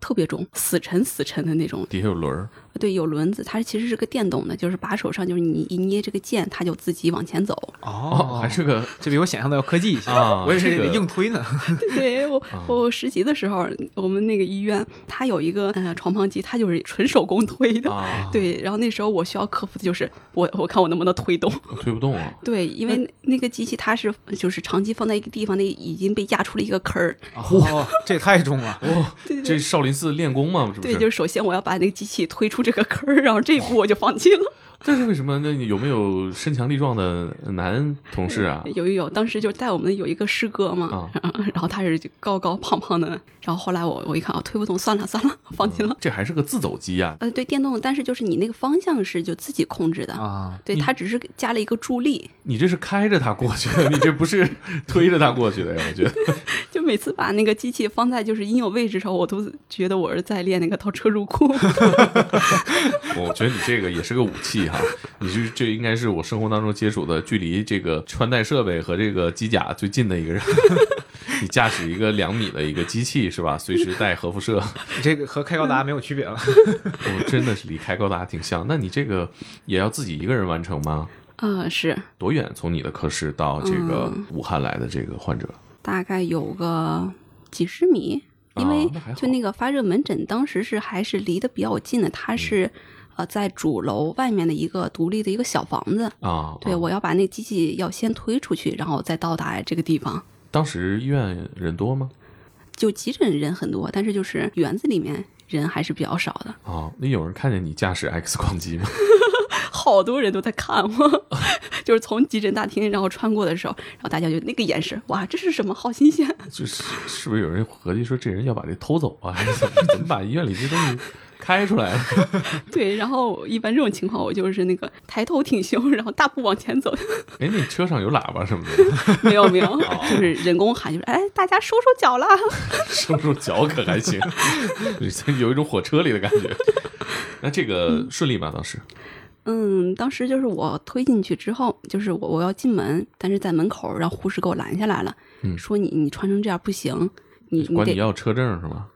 特别重，死沉死沉的那种。底下有轮儿对，有轮子，它其实是个电动的，就是把手上，就是你一捏这个键，它就自己往前走。哦，还是个这比我想象的要科技一些啊 [laughs] 我也这是个硬推呢。 [laughs] 对我，啊我实习的时候，我们那个医院它有一个呃床旁机，它就是纯手工推的。啊， [laughs] 对，然后那时候我需要克服的就是我，我看我能不能推动。 [laughs] 推不动啊。对，因为那个机器它是就是长期放在一个地方，那已经被压出了一个坑儿。 [laughs] 哦，这也太重了。哦，这少林寺练功嘛，是不对，是？就是首先我要把那个机器推出这个坑儿，然后这一步我就放弃了。但是为什么？那你有没有身强力壮的男同事啊？有有有，当时就带我们有一个师哥嘛， [laughs] 然后他是就高高胖胖的，然后后来我我一看啊，推不动，算了算了，放弃了。这还是个自走机呀、呃，对，电动，但是就是你那个方向是就自己控制的，啊，对，它只是加了一个助力，你这是开着它过去的，你这不是推着它过去的呀？我觉得就每次把那个机器放在就是应有位置的时候，我都觉得我是在练那个倒车入库。 [laughs] 我觉得你这个也是个武器哈。你这这应该是我生活当中接触的距离这个穿戴设备和这个机甲最近的一个人。 [laughs] 你驾驶一个两米的一个机器是吧？随时带核辐射， [laughs] 你这个和开高达没有区别了。我真的是离开高达挺像。那你这个也要自己一个人完成吗？啊、是多远？从你的科室到这个武汉来的这个患者？大概有个几十米，因为啊那还好就那个发热门诊当时是还是离得比较近的，嗯它是呃在主楼外面的一个独立的一个小房子。啊，对，啊我要把那机器要先推出去，然后再到达这个地方。当时医院人多吗？就急诊人很多，但是就是园子里面人还是比较少的，啊，那有人看见你驾驶 X 光机吗？好多人都在看我， [laughs] 就是从急诊大厅然后穿过的时候，然后大家就那个眼神，哇，这是什么？好新鲜！ [laughs] 就是是不是有人合计说这人要把这偷走啊？还是怎么怎么把医院里这东西开出来了？对，然后一般这种情况，我就是那个抬头挺胸，然后大步往前走， [laughs] 哎，那你车上有喇叭什么的吗， [laughs] 没有没有，哦就是人工喊，就是哎，大家收收脚啦。 [laughs] 收收脚可还行，有一种火车里的感觉。那这个顺利吗？当时嗯，当时就是我推进去之后，就是我我要进门，但是在门口让护士给我拦下来了，嗯说你你穿成这样不行，你你 [laughs] 管你得要车证是吗？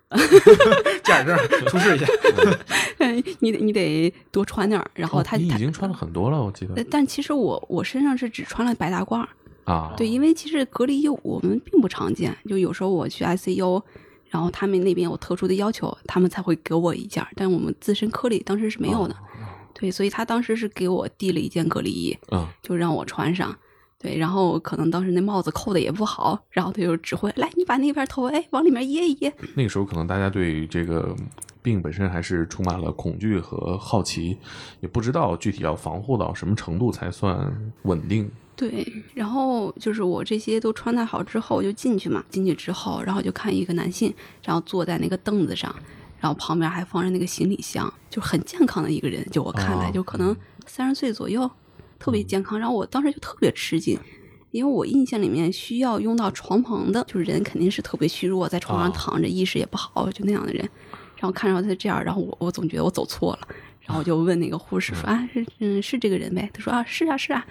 驾驶证出示一下。对哎你得你得多穿点儿。然后哦他、你已他经穿了很多了，我记呃得但其实我我身上是只穿了白大褂儿，啊，呃对，因为其实隔离衣我们并不常见，就有时候我去 ICU，然后他们那边有特殊的要求，他们才会给我一件儿，但我们自身科里当时是没有的。对，所以他当时是给我递了一件隔离衣，嗯，就让我穿上。对，然后可能当时那帽子扣的也不好，然后他就指挥来，你把那边头哎往里面掖一掖，那个时候可能大家对这个病本身还是充满了恐惧和好奇，也不知道具体要防护到什么程度才算稳定。对，然后就是我这些都穿戴好之后就进去嘛，进去之后，然后就看一个男性，然后坐在那个凳子上，然后旁边还放着那个行李箱，就很健康的一个人，就我看来哦嗯就可能三十岁左右，特别健康。然后我当时就特别吃惊，因为我印象里面需要用到床旁的，就是人肯定是特别虚弱，在床上哦躺着，意识也不好，就那样的人。然后看着他这样，然后我我总觉得我走错了，然后我就问那个护士说啊是嗯是这个人呗？他说啊是啊是啊，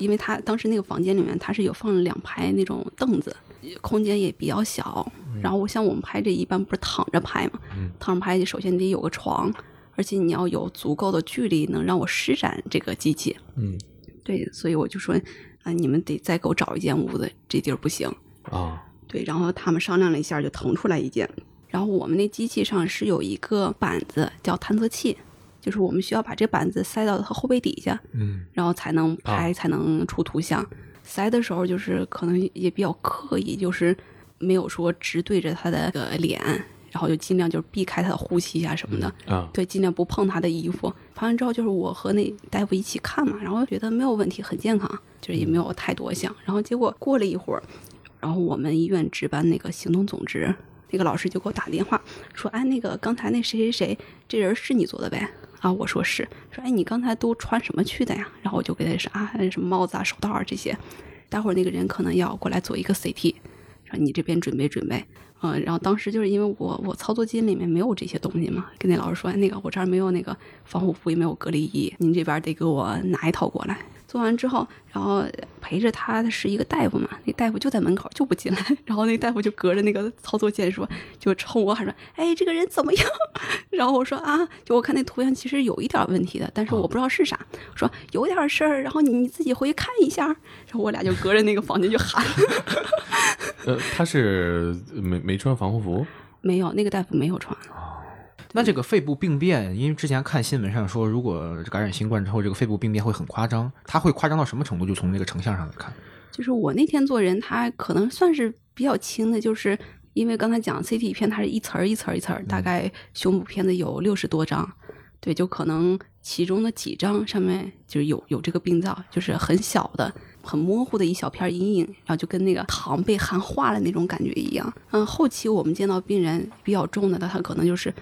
因为他当时那个房间里面他是有放了两排那种凳子，空间也比较小。嗯然后我像我们拍这一般不是躺着拍嘛，躺着拍首先得有个床，而且你要有足够的距离能让我施展这个机器。嗯对，所以我就说啊、你们得再给我找一间屋子，这地儿不行。啊对，然后他们商量了一下，就腾出来一件。然后我们那机器上是有一个板子叫探测器，就是我们需要把这板子塞到它后背底下，嗯，然后才能拍，啊才能出图像。塞的时候就是可能也比较刻意，就是没有说直对着他的呃脸，然后就尽量就是避开他的呼吸啊什么的。啊对，尽量不碰他的衣服。拍完之后，就是我和那大夫一起看嘛，然后觉得没有问题，很健康，就是也没有太多想。然后结果过了一会儿，然后我们医院值班那个行动总值那个老师就给我打电话说：“哎，那个刚才那谁谁谁，这人是你做的呗？”啊，我说是，说哎，你刚才都穿什么去的呀？然后我就给他说啊，什么帽子啊、手套啊这些。待会儿那个人可能要过来做一个 CT，说你这边准备准备。嗯，然后当时就是因为我我操作间里面没有这些东西嘛，跟那老师说，哎那个我这儿没有那个防护服，也没有隔离衣，您这边得给我拿一套过来。做完之后，然后陪着他的是一个大夫嘛，那大夫就在门口就不进来， [laughs] 然后那大夫就隔着那个操作间说，就冲我喊说，哎，这个人怎么样？ [laughs] 然后我说啊，就我看那图像其实有一点问题的，但是我不知道是啥，说有点事儿，然后你你自己回去看一下。然后我俩就隔着那个房间就喊，呃，他是没没穿防护服 [laughs] 没有，那个大夫没有穿。 [laughs] 那这个肺部病变，因为之前看新闻上说，如果感染新冠之后，这个肺部病变会很夸张，它会夸张到什么程度？就从这个成像上来看，就是我那天做人，他可能算是比较轻的，就是因为刚才讲 CT 片，它是一层儿一层儿一层儿，大概胸部片子有六十多张，对，就可能其中的几张上面就是有有这个病灶，就是很小的、很模糊的一小片阴影，然后就跟那个糖被含化了那种感觉一样。嗯，后期我们见到病人比较重的，他可能就是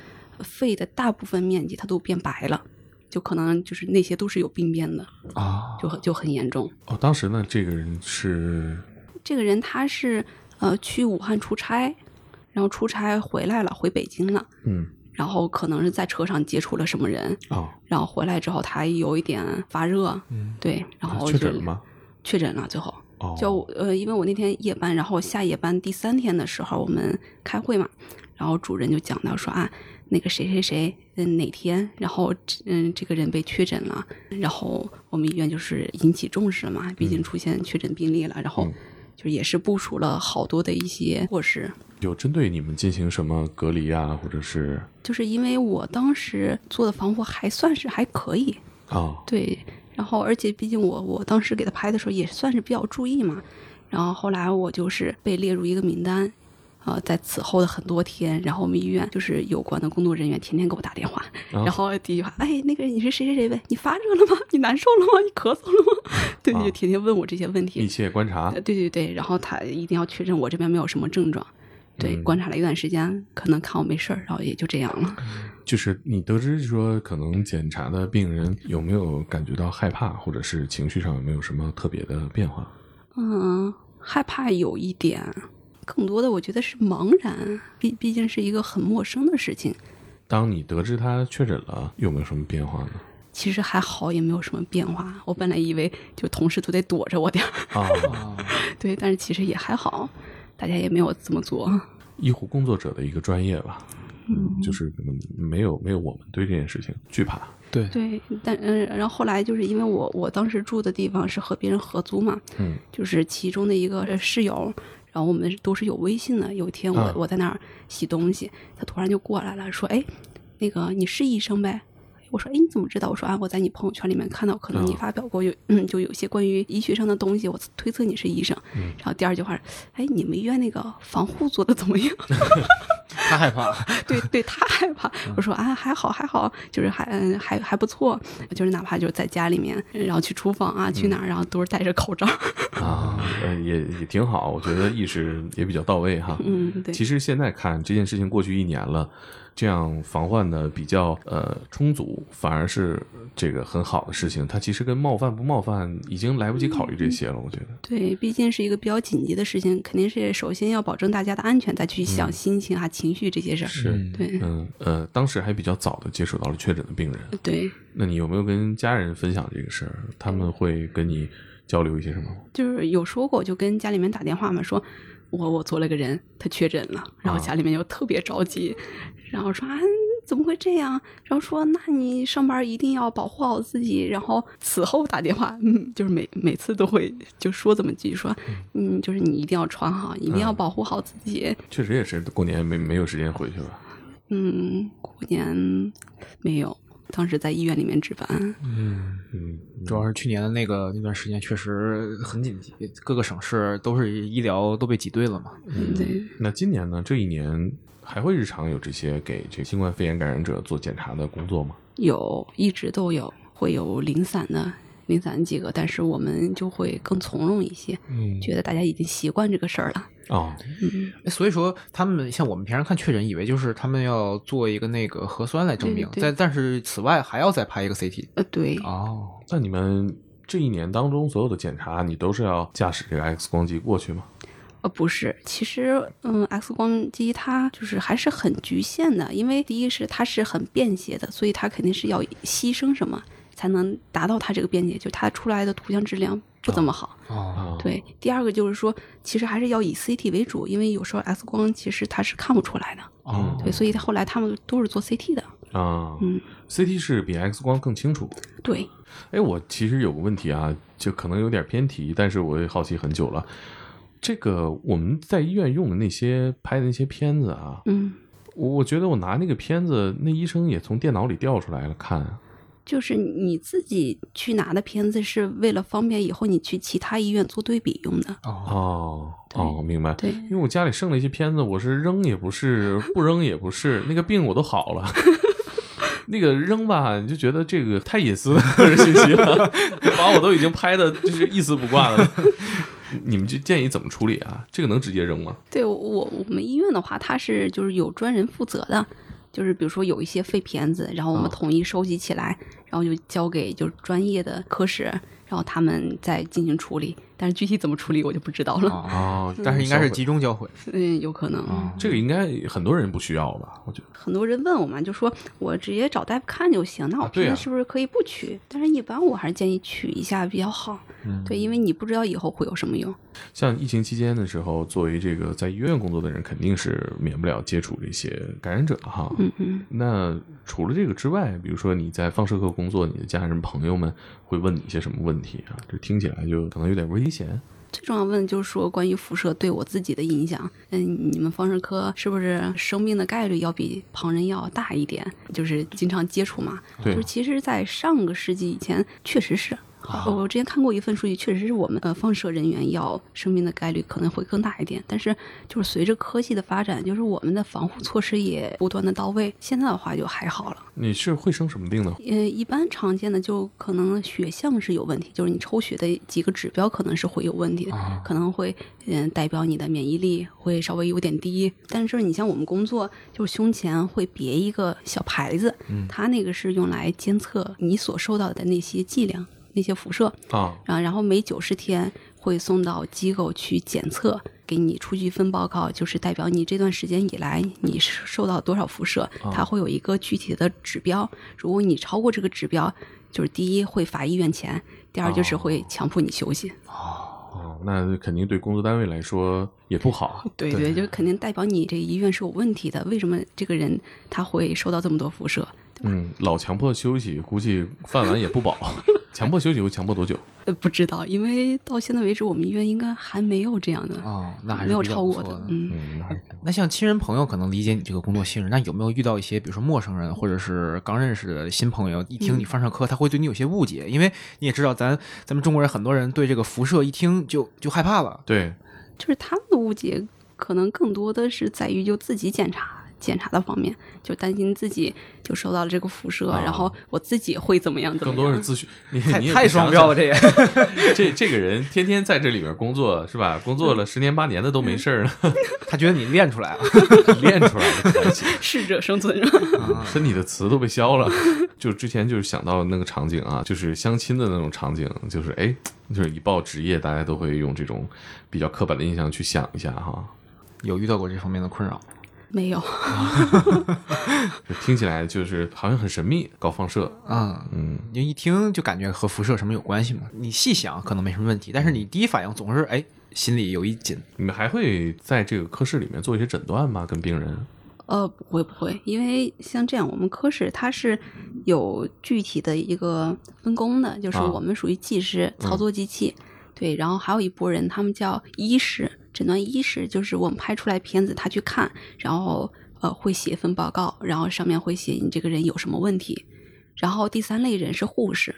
肺的大部分面积它都变白了，就可能就是那些都是有病变的，啊，就很就很严重。哦。当时呢，这个人是这个人他是呃去武汉出差，然后出差回来了，回北京了，嗯然后可能是在车上接触了什么人，啊，然后回来之后他有一点发热，嗯，对，然后啊确就诊了吗？确诊了，最后哦，就呃，因为我那天夜班，然后下夜班第三天的时候我们开会嘛，然后主任就讲到说啊，那个谁谁谁，嗯，哪天，然后嗯，这个人被确诊了，然后我们医院就是引起重视了嘛，毕竟出现确诊病例了，然后嗯就是也是部署了好多的一些措施，有针对你们进行什么隔离啊，或者是就是因为我当时做的防护还算是还可以，啊对，然后而且毕竟我我当时给他拍的时候也算是比较注意嘛，然后后来我就是被列入一个名单，呃，在此后的很多天，然后我们医院就是有关的工作人员天天给我打电话，啊然后第一句话，哎，那个你是谁谁谁呗？你发热了吗？你难受了吗？你咳嗽了吗？ [laughs] 对，啊就天天问我这些问题密，切啊观察呃，对对对，然后他一定要确认我这边没有什么症状。对，嗯观察了一段时间，可能看我没事儿，然后也就这样了。就是你得知说可能检查的病人有没有感觉到害怕，或者是情绪上有没有什么特别的变化？嗯，害怕有一点，更多的我觉得是茫然，毕毕竟是一个很陌生的事情。当你得知他确诊了，有没有什么变化呢？其实还好，也没有什么变化。我本来以为就同事都得躲着我点儿， [laughs] 啊，啊，对，但是其实也还好，大家也没有这么做。医护工作者的一个专业吧，嗯就是可能没有没有我们对这件事情惧怕。对，对，但嗯，然后后来就是因为我我当时住的地方是和别人合租嘛，嗯，就是其中的一个呃室友，然后我们都是有微信的。有一天我、啊我在那儿洗东西，他突然就过来了，说：“哎，那个你是医生呗？”我说：“哎，你怎么知道？”我说：“啊，我在你朋友圈里面看到，可能你啊发表过有、嗯，就有一些关于医学上的东西，我推测你是医生。然后第二句话是：“哎，你们医院那个防护做的怎么样？”他害怕，对对他害怕。嗯我说啊，还好还好，就是还嗯还还不错，就是哪怕就是在家里面，然后去厨房啊，嗯去哪儿，然后都是戴着口罩。啊，呃也也挺好，我觉得意识也比较到位哈。嗯，对，其实现在看这件事情过去一年了，这样防范的比较呃充足，反而是这个很好的事情。它其实跟冒犯不冒犯已经来不及考虑这些了，我觉得。对，毕竟是一个比较紧急的事情，肯定是首先要保证大家的安全，再去想心情啊、情绪这些事儿。嗯是嗯对嗯呃，当时还比较早的接触到了确诊的病人，对，那你有没有跟家人分享这个事儿？他们会跟你交流一些什么吗？就是有说过，就跟家里面打电话嘛，说我我做了个人，他确诊了，然后啊家里面又特别着急，然后说啊怎么会这样？然后说那你上班一定要保护好自己，然后此后打电话，嗯，就是每每次都会就说这么句，说嗯，就是你一定要穿好，一定要保护好自己，确实也是过年没没有时间回去了。嗯，过年没有。当时在医院里面值班，嗯。嗯，主要是去年的那个那段时间确实很紧急，各个省市都是医疗都被挤兑了嘛。嗯对，那今年呢？这一年还会日常有这些给这新冠肺炎感染者做检查的工作吗？有，一直都有，会有零散的零散几个，但是我们就会更从容一些，嗯觉得大家已经习惯这个事儿了。哦，嗯，哎所以说他们像我们平常看确诊，以为就是他们要做一个那个核酸来证明，对对对但但是此外还要再拍一个 CT。呃，对，哦，那你们这一年当中所有的检查，你都是要驾驶这个 X 光机过去吗？呃，不是，其实，嗯，X 光机它就是还是很局限的，因为第一是它是很便携的，所以它肯定是要牺牲什么才能达到它这个便捷，就它出来的图像质量不怎么好。啊，，哦，对，第二个就是说，其实还是要以 CT 为主，因为有时候 X 光其实它是看不出来的，哦，对，所以它后来他们都是做 CT 的。啊、嗯 c t 是比 X 光更清楚。对，哎，我其实有个问题啊，就可能有点偏题，但是我也好奇很久了。这个我们在医院用的那些拍的那些片子啊，嗯，我我觉得我拿那个片子，那医生也从电脑里调出来了看。啊就是你自己去拿的片子是为了方便以后你去其他医院做对比用的。哦，哦对哦，明白。对因为我家里剩了一些片子，我是扔也不是，不扔也不是，那个病我都好了。 [laughs] 那个扔吧，你就觉得这个太隐私的 [laughs] 信息了，把我都已经拍的就是一丝不挂了。 [laughs] 你们就建议怎么处理啊？这个能直接扔吗？对我我我们医院的话，它是就是有专人负责的，就是比如说有一些废片子，然后我啊们统一收集起来，然后就交给就是专业的科室，然后他们再进行处理。但是具体怎么处理我就不知道了，哦，哦但是应该是集中交回。嗯，有可能。哦这个应该很多人不需要吧？我觉得很多人问我嘛，就说我直接找大夫看就行，那我啊对片啊子是不是可以不取？但是一般我还是建议取一下比较好，嗯对，因为你不知道以后会有什么用。像疫情期间的时候，作为这个在医院工作的人，肯定是免不了接触这些感染者哈。嗯嗯。那除了这个之外，比如说你在放射科工作，你的家人朋友们会问你一些什么问题啊？这听起来就可能有点危险。最重要问就是说关于辐射对我自己的影响，嗯，你们放射科是不是生病的概率要比旁人要大一点？就是经常接触嘛，对就是其实，在上个世纪以前，确实是。我之前看过一份数据，确实是我们呃放射人员要生病的概率可能会更大一点，但是就是随着科技的发展，就是我们的防护措施也不断的到位，现在的话就还好了。你是会生什么病呢？呃，一般常见的就可能血象是有问题，就是你抽血的几个指标可能是会有问题的，啊可能会嗯、代表你的免疫力会稍微有点低。但是你像我们工作，就是胸前会别一个小牌子，它那个是用来监测你所受到的那些剂量、那些辐射，啊，啊，然后每九十天会送到机构去检测，给你出具一份报告，就是代表你这段时间以来你是受到多少辐射，哦它会有一个具体的指标。如果你超过这个指标，就是第一会罚一元钱，第二就是会强迫你休息。哦，哦，那肯定对工作单位来说也不好。 [laughs] 对对，就肯定代表你这个医院是有问题的。为什么这个人他会受到这么多辐射？嗯，老强迫休息，估计饭碗也不保。 [laughs] 强迫休息会强迫多久？呃，不知道，因为到现在为止，我们医院应该还没有这样的，哦，那还是没有比较超不过错的的。嗯，嗯，那还是那像亲人朋友可能理解你这个工作性质，那有没有遇到一些，比如说陌生人或者是刚认识的新朋友，一嗯听你放上课，他会对你有些误解？因为你也知道咱，咱们中国人很多人对这个辐射一听就就害怕了。对，就是他们的误解可能更多的是在于就自己检查检查的方面，就担心自己就受到了这个辐射，然后我自己会怎么样怎么更样。多是自学。 [laughs] 你你也了，这也。 [laughs] 这这这个人天天在这里边工作是吧？工作了十年八年的都没事儿呢，他觉得你练出来了。练出来的才行。适者生存 [laughs] 是吧？啊身体的词都被消了。 [laughs] 就之前就是想到那个场景啊，就是相亲的那种场景，就是哎，就是一报职业，大家都会用这种比较刻板的印象去想一下哈。有遇到过这方面的困扰？没有，就听起来就是好像很神秘，高放射，嗯嗯，你一听就感觉和辐射什么有关系嘛？你细想可能没什么问题，但是你第一反应总是哎，心里有一紧。你们还会在这个科室里面做一些诊断吗？跟病人？呃，不会不会，因为像这样，我们科室它是有具体的一个分工的，就是啊我们属于技师、操作机器，对，然后还有一拨人，他们叫医师，诊断医师，就是我们拍出来片子，他去看，然后呃会写一份报告，然后上面会写你这个人有什么问题，然后第三类人是护士，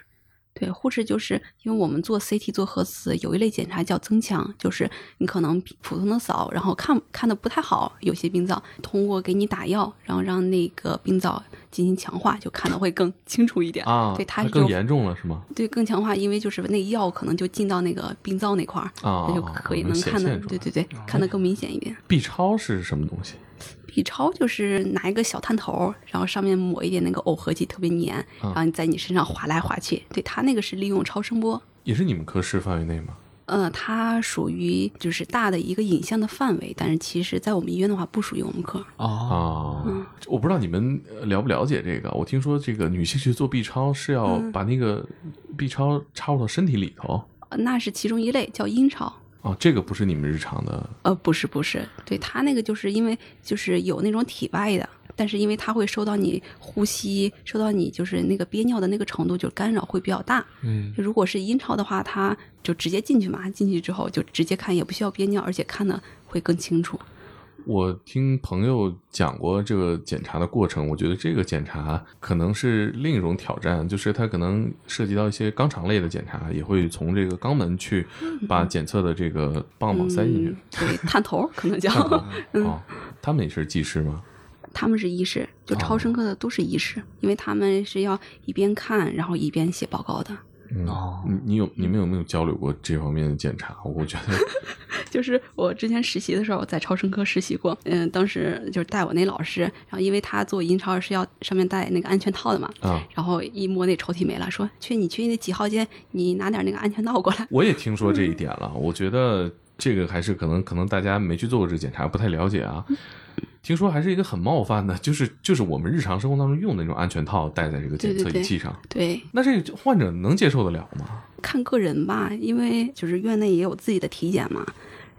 对，护士就是因为我们做 CT 做核磁有一类检查叫增强，就是你可能比普通的扫，然后看看的不太好，有些病灶通过给你打药，然后让那个病灶进行强化，就看的会更清楚一点啊，对，它那就更严重了是吗？对更强化，因为就是那药可能就进到那个病灶那块儿，啊那就可以能能显看的现，出对来哦对对，看的更明显一点。 B 超是什么东西？ B 超就是拿一个小探头儿，然后上面抹一点那个耦合剂，特别粘，嗯然后你在你身上划来划去。对，它那个是利用超声波，也是你们科室范围内吗？呃，它属于就是大的一个影像的范围，但是其实在我们医院的话不属于我们科。哦，啊，我不知道你们呃了不了解这个。我听说这个女性去做 B 超是要把那个 B 超插入到身体里头呃那是其中一类叫阴超。啊，这个不是你们日常的呃，不是不是，对它那个就是因为就是有那种体外的，但是因为它会受到你呼吸，受到你就是那个憋尿的那个程度，就干扰会比较大。嗯，如果是阴超的话，它就直接进去嘛，进去之后就直接看，也不需要憋尿，而且看的会更清楚。我听朋友讲过这个检查的过程，我觉得这个检查可能是另一种挑战，就是它可能涉及到一些肛肠类的检查，也会从这个肛门去把检测的这个棒棒塞进去嗯。，对，探头儿可能叫 [laughs] 哦哦，他们也是技师吗？他们是医师，就超声科的都是医师，因为他们是要一边看，然后一边写报告的。嗯哦你你有你们有没有交流过这方面的检查？我觉得就是我之前实习的时候，在超声科实习过，嗯，当时就是带我那老师，然后因为他做阴超是要上面戴那个安全套的嘛，啊，然后一摸那抽屉没了，说去你去那几号间，你拿点那个安全套过来。我也听说这嗯一点了。我觉得这个还是可能可能大家没去做过这个检查，不太了解啊。嗯听说还是一个很冒犯的，就是就是我们日常生活当中用的那种安全套戴在这个检测对对仪对器上，对，那这个患者能接受得了吗？看个人吧，因为就是院内也有自己的体检嘛。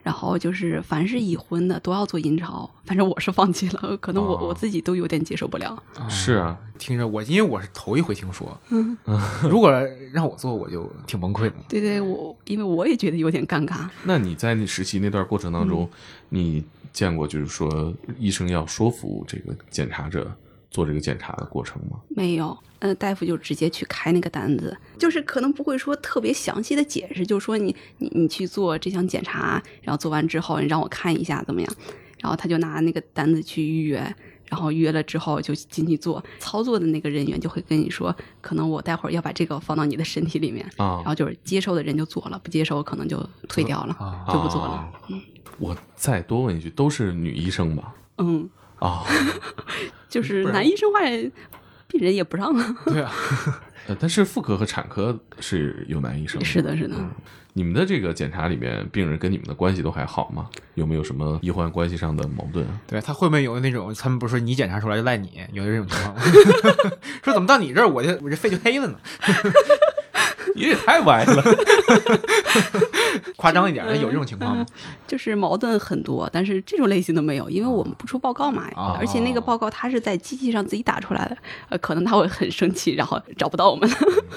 然后就是，凡是已婚的都要做阴超，反正我是放弃了，可能我、哦我自己都有点接受不了。是啊，听着我，因为我是头一回听说，如果让我做，我就挺崩溃的。对对，我因为我也觉得有点尴尬。那你在你实习那段过程当中，嗯你见过就是说医生要说服这个检查者做这个检查的过程吗？没有，呃，大夫就直接去开那个单子，就是可能不会说特别详细的解释，就说你你你去做这项检查，然后做完之后你让我看一下怎么样，然后他就拿那个单子去预约，然后约了之后就进去做，操作的那个人员就会跟你说，可能我待会儿要把这个放到你的身体里面，啊然后就是接受的人就做了，不接受可能就退掉了，啊就不做了。啊我再多问一句，都是女医生吧？嗯，啊、就是男医生话，病人也不让了。对啊，呃，但是妇科和产科是有男医生。是，的，是的。你们的这个检查里面，病人跟你们的关系都还好吗？有没有什么医患关系上的矛盾啊？对他会不会有那种，他们不是说你检查出来就赖你，有这种情况吗？ [laughs] 说怎么到你这儿我就我 [laughs] 这肺就黑了呢？也太歪了。夸夸张一点，嗯那有这种情况吗？就是矛盾很多，但是这种类型的没有，因为我们不出报告嘛，哦而且那个报告他是在机器上自己打出来的，呃，可能他会很生气，然后找不到我们。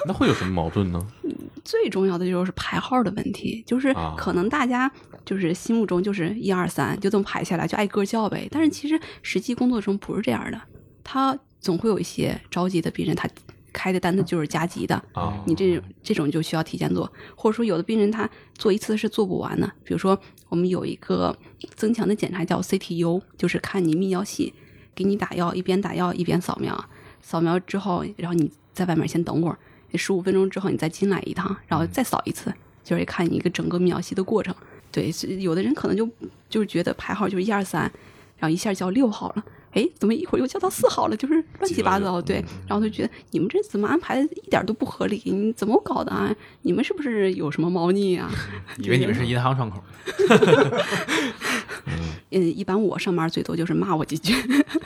那会有什么矛盾呢？ [laughs] 最重要的就是排号的问题，就是啊可能大家就是心目中就是一二三就这么排下来就挨个叫呗，但是其实实际工作中不是这样的，他总会有一些着急的病人，他开的单子就是加急的，啊，嗯你这种这种就需要提前做，或者说有的病人他做一次是做不完的。比如说，我们有一个增强的检查叫 CTU，就是看你泌尿系，给你打药，一边打药一边扫描，扫描之后，然后你在外面先等会儿，十五分钟之后你再进来一趟，然后嗯再扫一次，就是看你一个整个泌尿系的过程。对，是有的人可能就就是觉得排号就是一二三，然后一下叫六号了。哎，怎么一会儿又叫到四号了？就是乱七八糟，嗯对。然后就觉得你们这怎么安排的一点都不合理？你怎么搞的啊？你们是不是有什么猫腻啊？ [laughs] 以为你们是银行窗口，嗯，一般我上班最多就是骂我几句，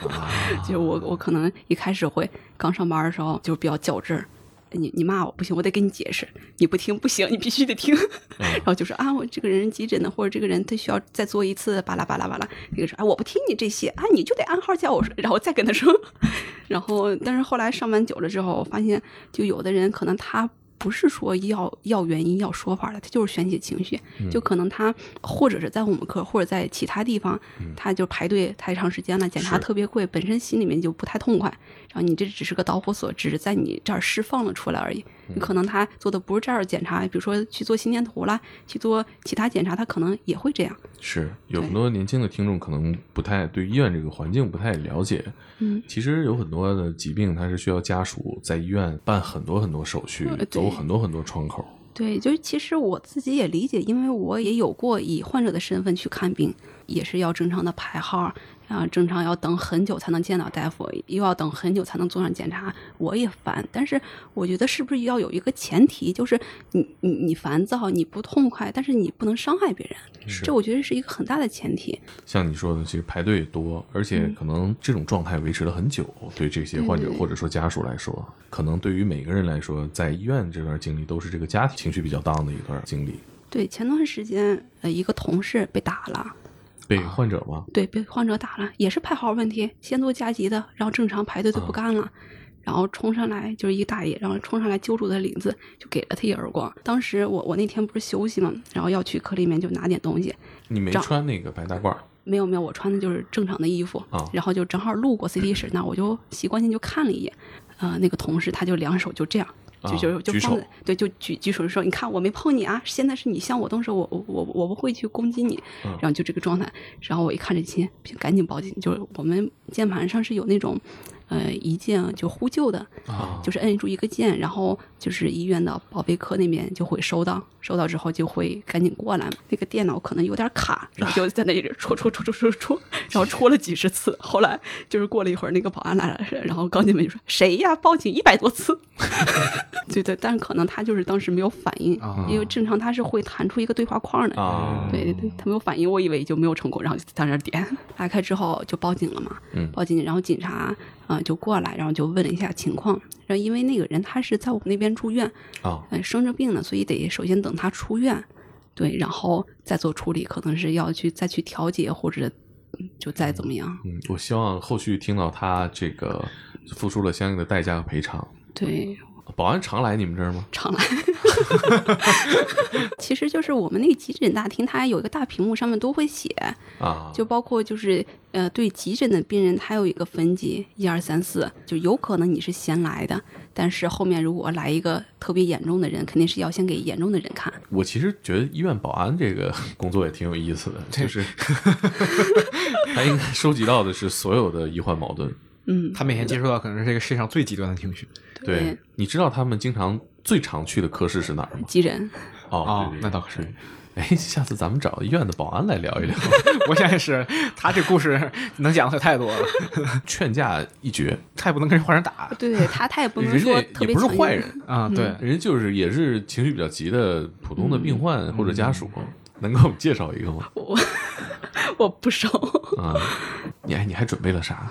[laughs] 就是我我可能一开始会刚上班的时候就是比较较真儿，你你骂我不行，我得跟你解释，你不听不行，你必须得听， [laughs] 然后就说啊我这个人急诊的或者这个人他需要再做一次巴拉巴拉巴拉，一个说啊我不听你这些啊你就得按号叫我说，然后再跟他说， [laughs] 然后但是后来上班久了之后，我发现就有的人可能他。不是说要要原因要说法了，他就是宣泄情绪，就可能他或者是在我们科，或者在其他地方，他就排队太长时间了，检查是特别贵，本身心里面就不太痛快，然后你这只是个导火索，只是在你这儿释放了出来而已。你可能他做的不是这儿的检查，比如说去做心电图啦，去做其他检查，他可能也会这样。是有对很多年轻的听众可能不太对医院这个环境不太了解。嗯，其实有很多的疾病，它是需要家属在医院办很多很多手续呃对，走很多很多窗口。对，就是其实我自己也理解，因为我也有过以患者的身份去看病，也是要正常的排号，啊，正常要等很久才能见到大夫，又要等很久才能做上检查，我也烦。但是我觉得是不是要有一个前提，就是你你你烦躁，你不痛快，但是你不能伤害别人，是这我觉得是一个很大的前提。像你说的，其实排队也多，而且可能这种状态维持了很久，嗯对这些患者嗯或者说家属来说，可能对于每个人来说，在医院这段经历都是这个家庭情绪比较 down 的一段经历。对，前段时间呃，一个同事被打了，被患者吗？对，被患者打了，也是排号问题，先做加急的，然后正常排队就不干了。然后冲上来就是一大爷，然后冲上来揪住他领子，就给了他一耳光。当时我我那天不是休息嘛，然后要去科里面就拿点东西，你没穿那个白大褂儿没有没有，我穿的就是正常的衣服，啊然后就正好路过 CT 室那，我就习惯性就看了一眼，呃，那个同事他就两手就这样。就啊就就举放手在对，就举举手说，你看我没碰你啊，现在是你向我动手，我我我我不会去攻击你，嗯然后就这个状态，然后我一看这亲，赶紧报警，就是我们键盘上是有那种，呃，一键就呼救的，啊就是摁住一个键，然后就是医院的保卫科那边就会收到，收到之后就会赶紧过来。那个电脑可能有点卡，然后就在那里戳戳戳戳戳戳，然后戳了几十次。后来就是过了一会儿，那个保安来了，然后刚进门就说：“谁呀？报警一百多次。” [laughs] 对对，但是可能他就是当时没有反应，啊因为正常他是会弹出一个对话框的。啊，对对对，他没有反应，我以为就没有成功，然后就在那儿点，嗯 [laughs] 打开之后就报警了嘛，嗯报警，然后警察啊、呃就过来，然后就问了一下情况，然后因为那个人他是在我们那边住院，啊，呃，生着病了，所以得首先等他出院，对，然后再做处理，可能是要去再去调解或者嗯就再怎么样，嗯，我希望后续听到他这个付出了相应的代价和赔偿。对，保安常来你们这儿吗？常来。 [laughs] 其实就是我们那个急诊大厅，它有一个大屏幕，上面都会写，啊，就包括就是呃，对急诊的病人，他有一个分级，一二三四，就有可能你是先来的，但是后面如果来一个特别严重的人，肯定是要先给严重的人看。我其实觉得医院保安这个 [laughs] 工作也挺有意思的，就是 [laughs] 他应该收集到的是所有的医患矛盾。嗯，他每天接触到可能是这个世界上最极端的情绪对，你知道他们经常最常去的科室是哪儿吗？急诊，哦，对对那倒是，哎，下次咱们找医院的保安来聊一聊，我想也是，他这故事 [laughs] 能讲的太多了，嗯劝架一绝。他也不能跟人换人打 [laughs] 对他他也不能人家说也特别不是强坏硬人，啊。对，嗯人家就是也是情绪比较急的普通的病患或者家属，能给我们介绍一个吗？我我不熟。 [laughs] 啊，你哎，你还准备了啥？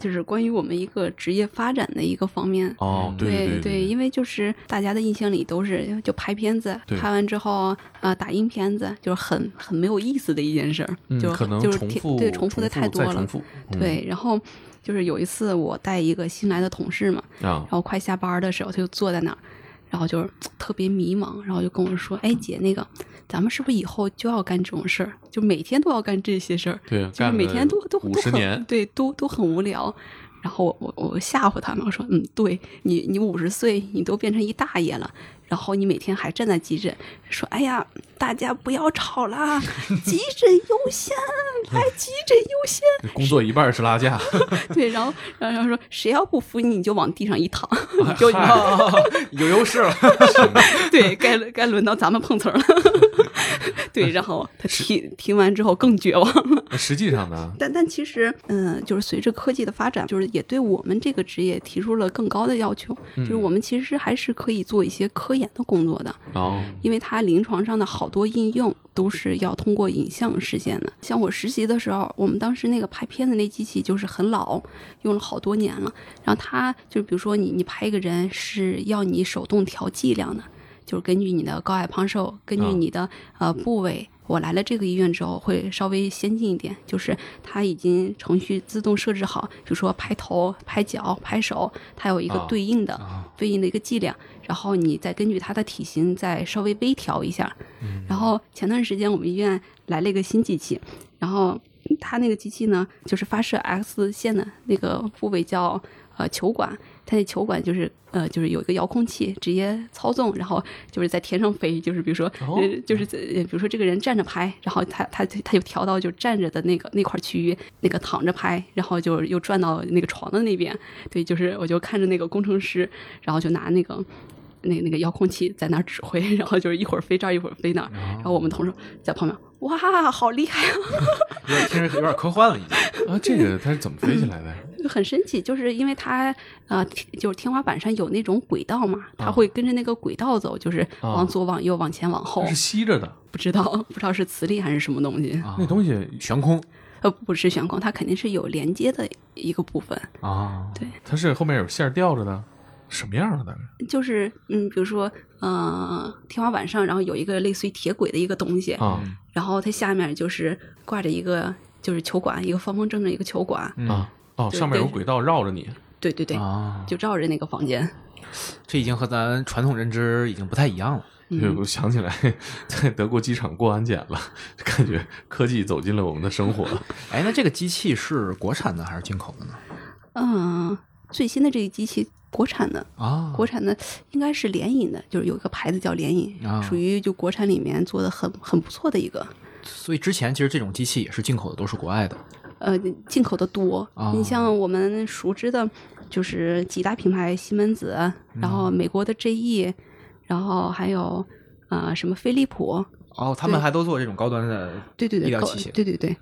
就是关于我们一个职业发展的一个方面。哦，对对对，因为就是大家的印象里都是就拍片子，对拍完之后呃打印片子，就是很很没有意思的一件事儿，嗯就可能就是重挺复对重复的太多再重了。复嗯对，然后就是有一次我带一个新来的同事嘛，啊然，后快下班的时候，他就坐在那儿，然后就是特别迷茫，然后就跟我说：“哎，姐，那个咱们是不是以后就要干这种事儿？就每天都要干这些事儿，对，就是干每了天都都五都十年 [laughs] 很，对，都都很无聊。”然后我我我吓唬他们，我说：“嗯，对你你五十岁，你都变成一大爷了。”然后你每天还站在急诊，说：“哎呀，大家不要吵啦，急诊 [laughs] 优先，来急诊优先。”工作一半是拉架， [laughs] 对，然后然后然后说：“谁要不服你，你就往地上一躺，你就有优势了， [laughs] 对，该轮该轮到咱们碰瓷儿了。 [laughs] 对，然后他听听完之后更绝望 [laughs] 了。实际上呢，但但其实，嗯、就是随着科技的发展，就是也对我们这个职业提出了更高的要求。就是我们其实还是可以做一些科研的工作的，哦，因为它临床上的好多应用都是要通过影像实现的。像我实习的时候，我们当时那个拍片的那机器就是很老，用了好多年了。然后它就比如说你你拍一个人是要你手动调剂量的，就是根据你的高矮胖瘦，根据啊你的、呃部位。我来了这个医院之后，会稍微先进一点，就是它已经程序自动设置好，比如说拍头、拍脚、拍手，它有一个啊对应的、啊对应的一个剂量，然后你再根据它的体型再稍微微调一下。嗯然后前段时间我们医院来了一个新机器，然后它那个机器呢，就是发射 X 线的那个部位叫呃球管，它那球管就是呃就是有一个遥控器直接操纵，然后就是在天上飞，就是比如说、哦呃就是在呃比如说这个人站着拍，然后他他他就调到就站着的那个那块区域，那个躺着拍，然后就又转到那个床的那边，对，就是我就看着那个工程师，然后就拿那个。那那个遥控器在那儿指挥，然后就是一会儿飞这儿，一会儿飞那儿。然后我们同事在旁边，哇，好厉害啊！有点听着有点科幻了已经。啊，这个它是怎么飞起来的？就很神奇，就是因为它呃，天就是天花板上有那种轨道嘛，它会跟着那个轨道走，就是啊往左、往右、往前、往后它是，啊吸着的，不知道不知道是磁力还是什么东西，哦那东西悬空呃，不是悬空，它肯定是有连接的一个部分，啊，它是后面有线儿吊着的，什么样的大概？就是嗯，比如说呃，天花板上然后有一个类似于铁轨的一个东西，啊嗯然后它下面就是挂着一个就是球管，一个方方正正一个球管，嗯啊哦，对上面有对轨道绕着你，对对对，啊，就绕着那个房间，这已经和咱传统认知已经不太一样了。对嗯，哎我想起来在德国机场过安检了，感觉科技走进了我们的生活。哎，那这个机器是国产的还是进口的呢？嗯、最新的这个机器国产的。啊，国产的应该是联影的，就是有一个牌子叫联影，啊属于就国产里面做的很很不错的一个，所以之前其实这种机器也是进口的，都是国外的。呃，进口的多。啊你像我们熟知的，就是几大品牌，西门子，嗯然后美国的 GE，然后还有呃什么飞利浦，哦，他们对还都做这种高端的对对医对，疗高器械对对对，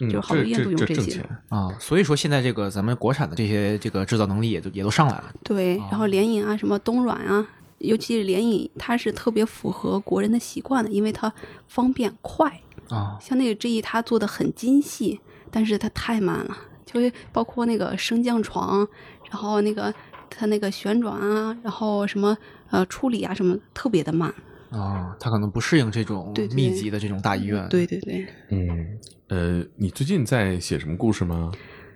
嗯，就是好多这医院都这用这这挣些钱，啊，所以说现在这个咱们国产的这些这个制造能力也都也都上来了。对，然后联影啊，什么东软啊，尤其是联影，它是特别符合国人的习惯的，因为它方便快。啊，像那个 GE 它做的很精细，但是它太慢了，就是包括那个升降床，然后那个它那个旋转啊，然后什么呃处理啊什么，特别的慢。啊，他可能不适应这种对对密集的这种大医院。对对对，嗯。呃，你最近在写什么故事吗？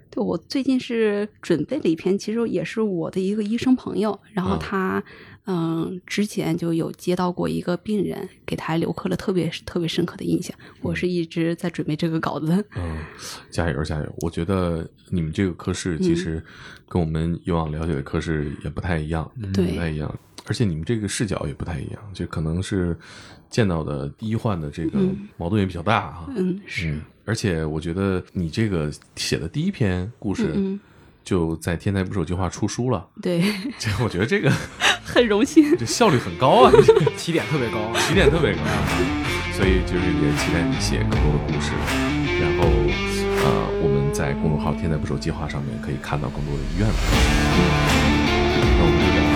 对我最近是准备了一篇，其实也是我的一个医生朋友，然后嗯他嗯、之前就有接到过一个病人，给他留刻了特别特别深刻的印象。我是一直在准备这个稿子，嗯，加油加油！我觉得你们这个科室嗯其实跟我们以往了解的科室也不太一样，对不太一样，而且你们这个视角也不太一样，就可能是见到的医患的这个嗯矛盾也比较大啊。嗯，是，嗯，而且我觉得你这个写的第一篇故嗯事嗯就在《天才捕手计划》出书了，对， [laughs] 这我觉得这个很荣幸。这效率很高啊，这个 [laughs] 起点特别高啊。起点特别高，所以就是也期待你写更多的故事，然后呃，我们在公众号“天才捕手计划”上面可以看到更多的医院了。嗯，那我们就聊到这儿。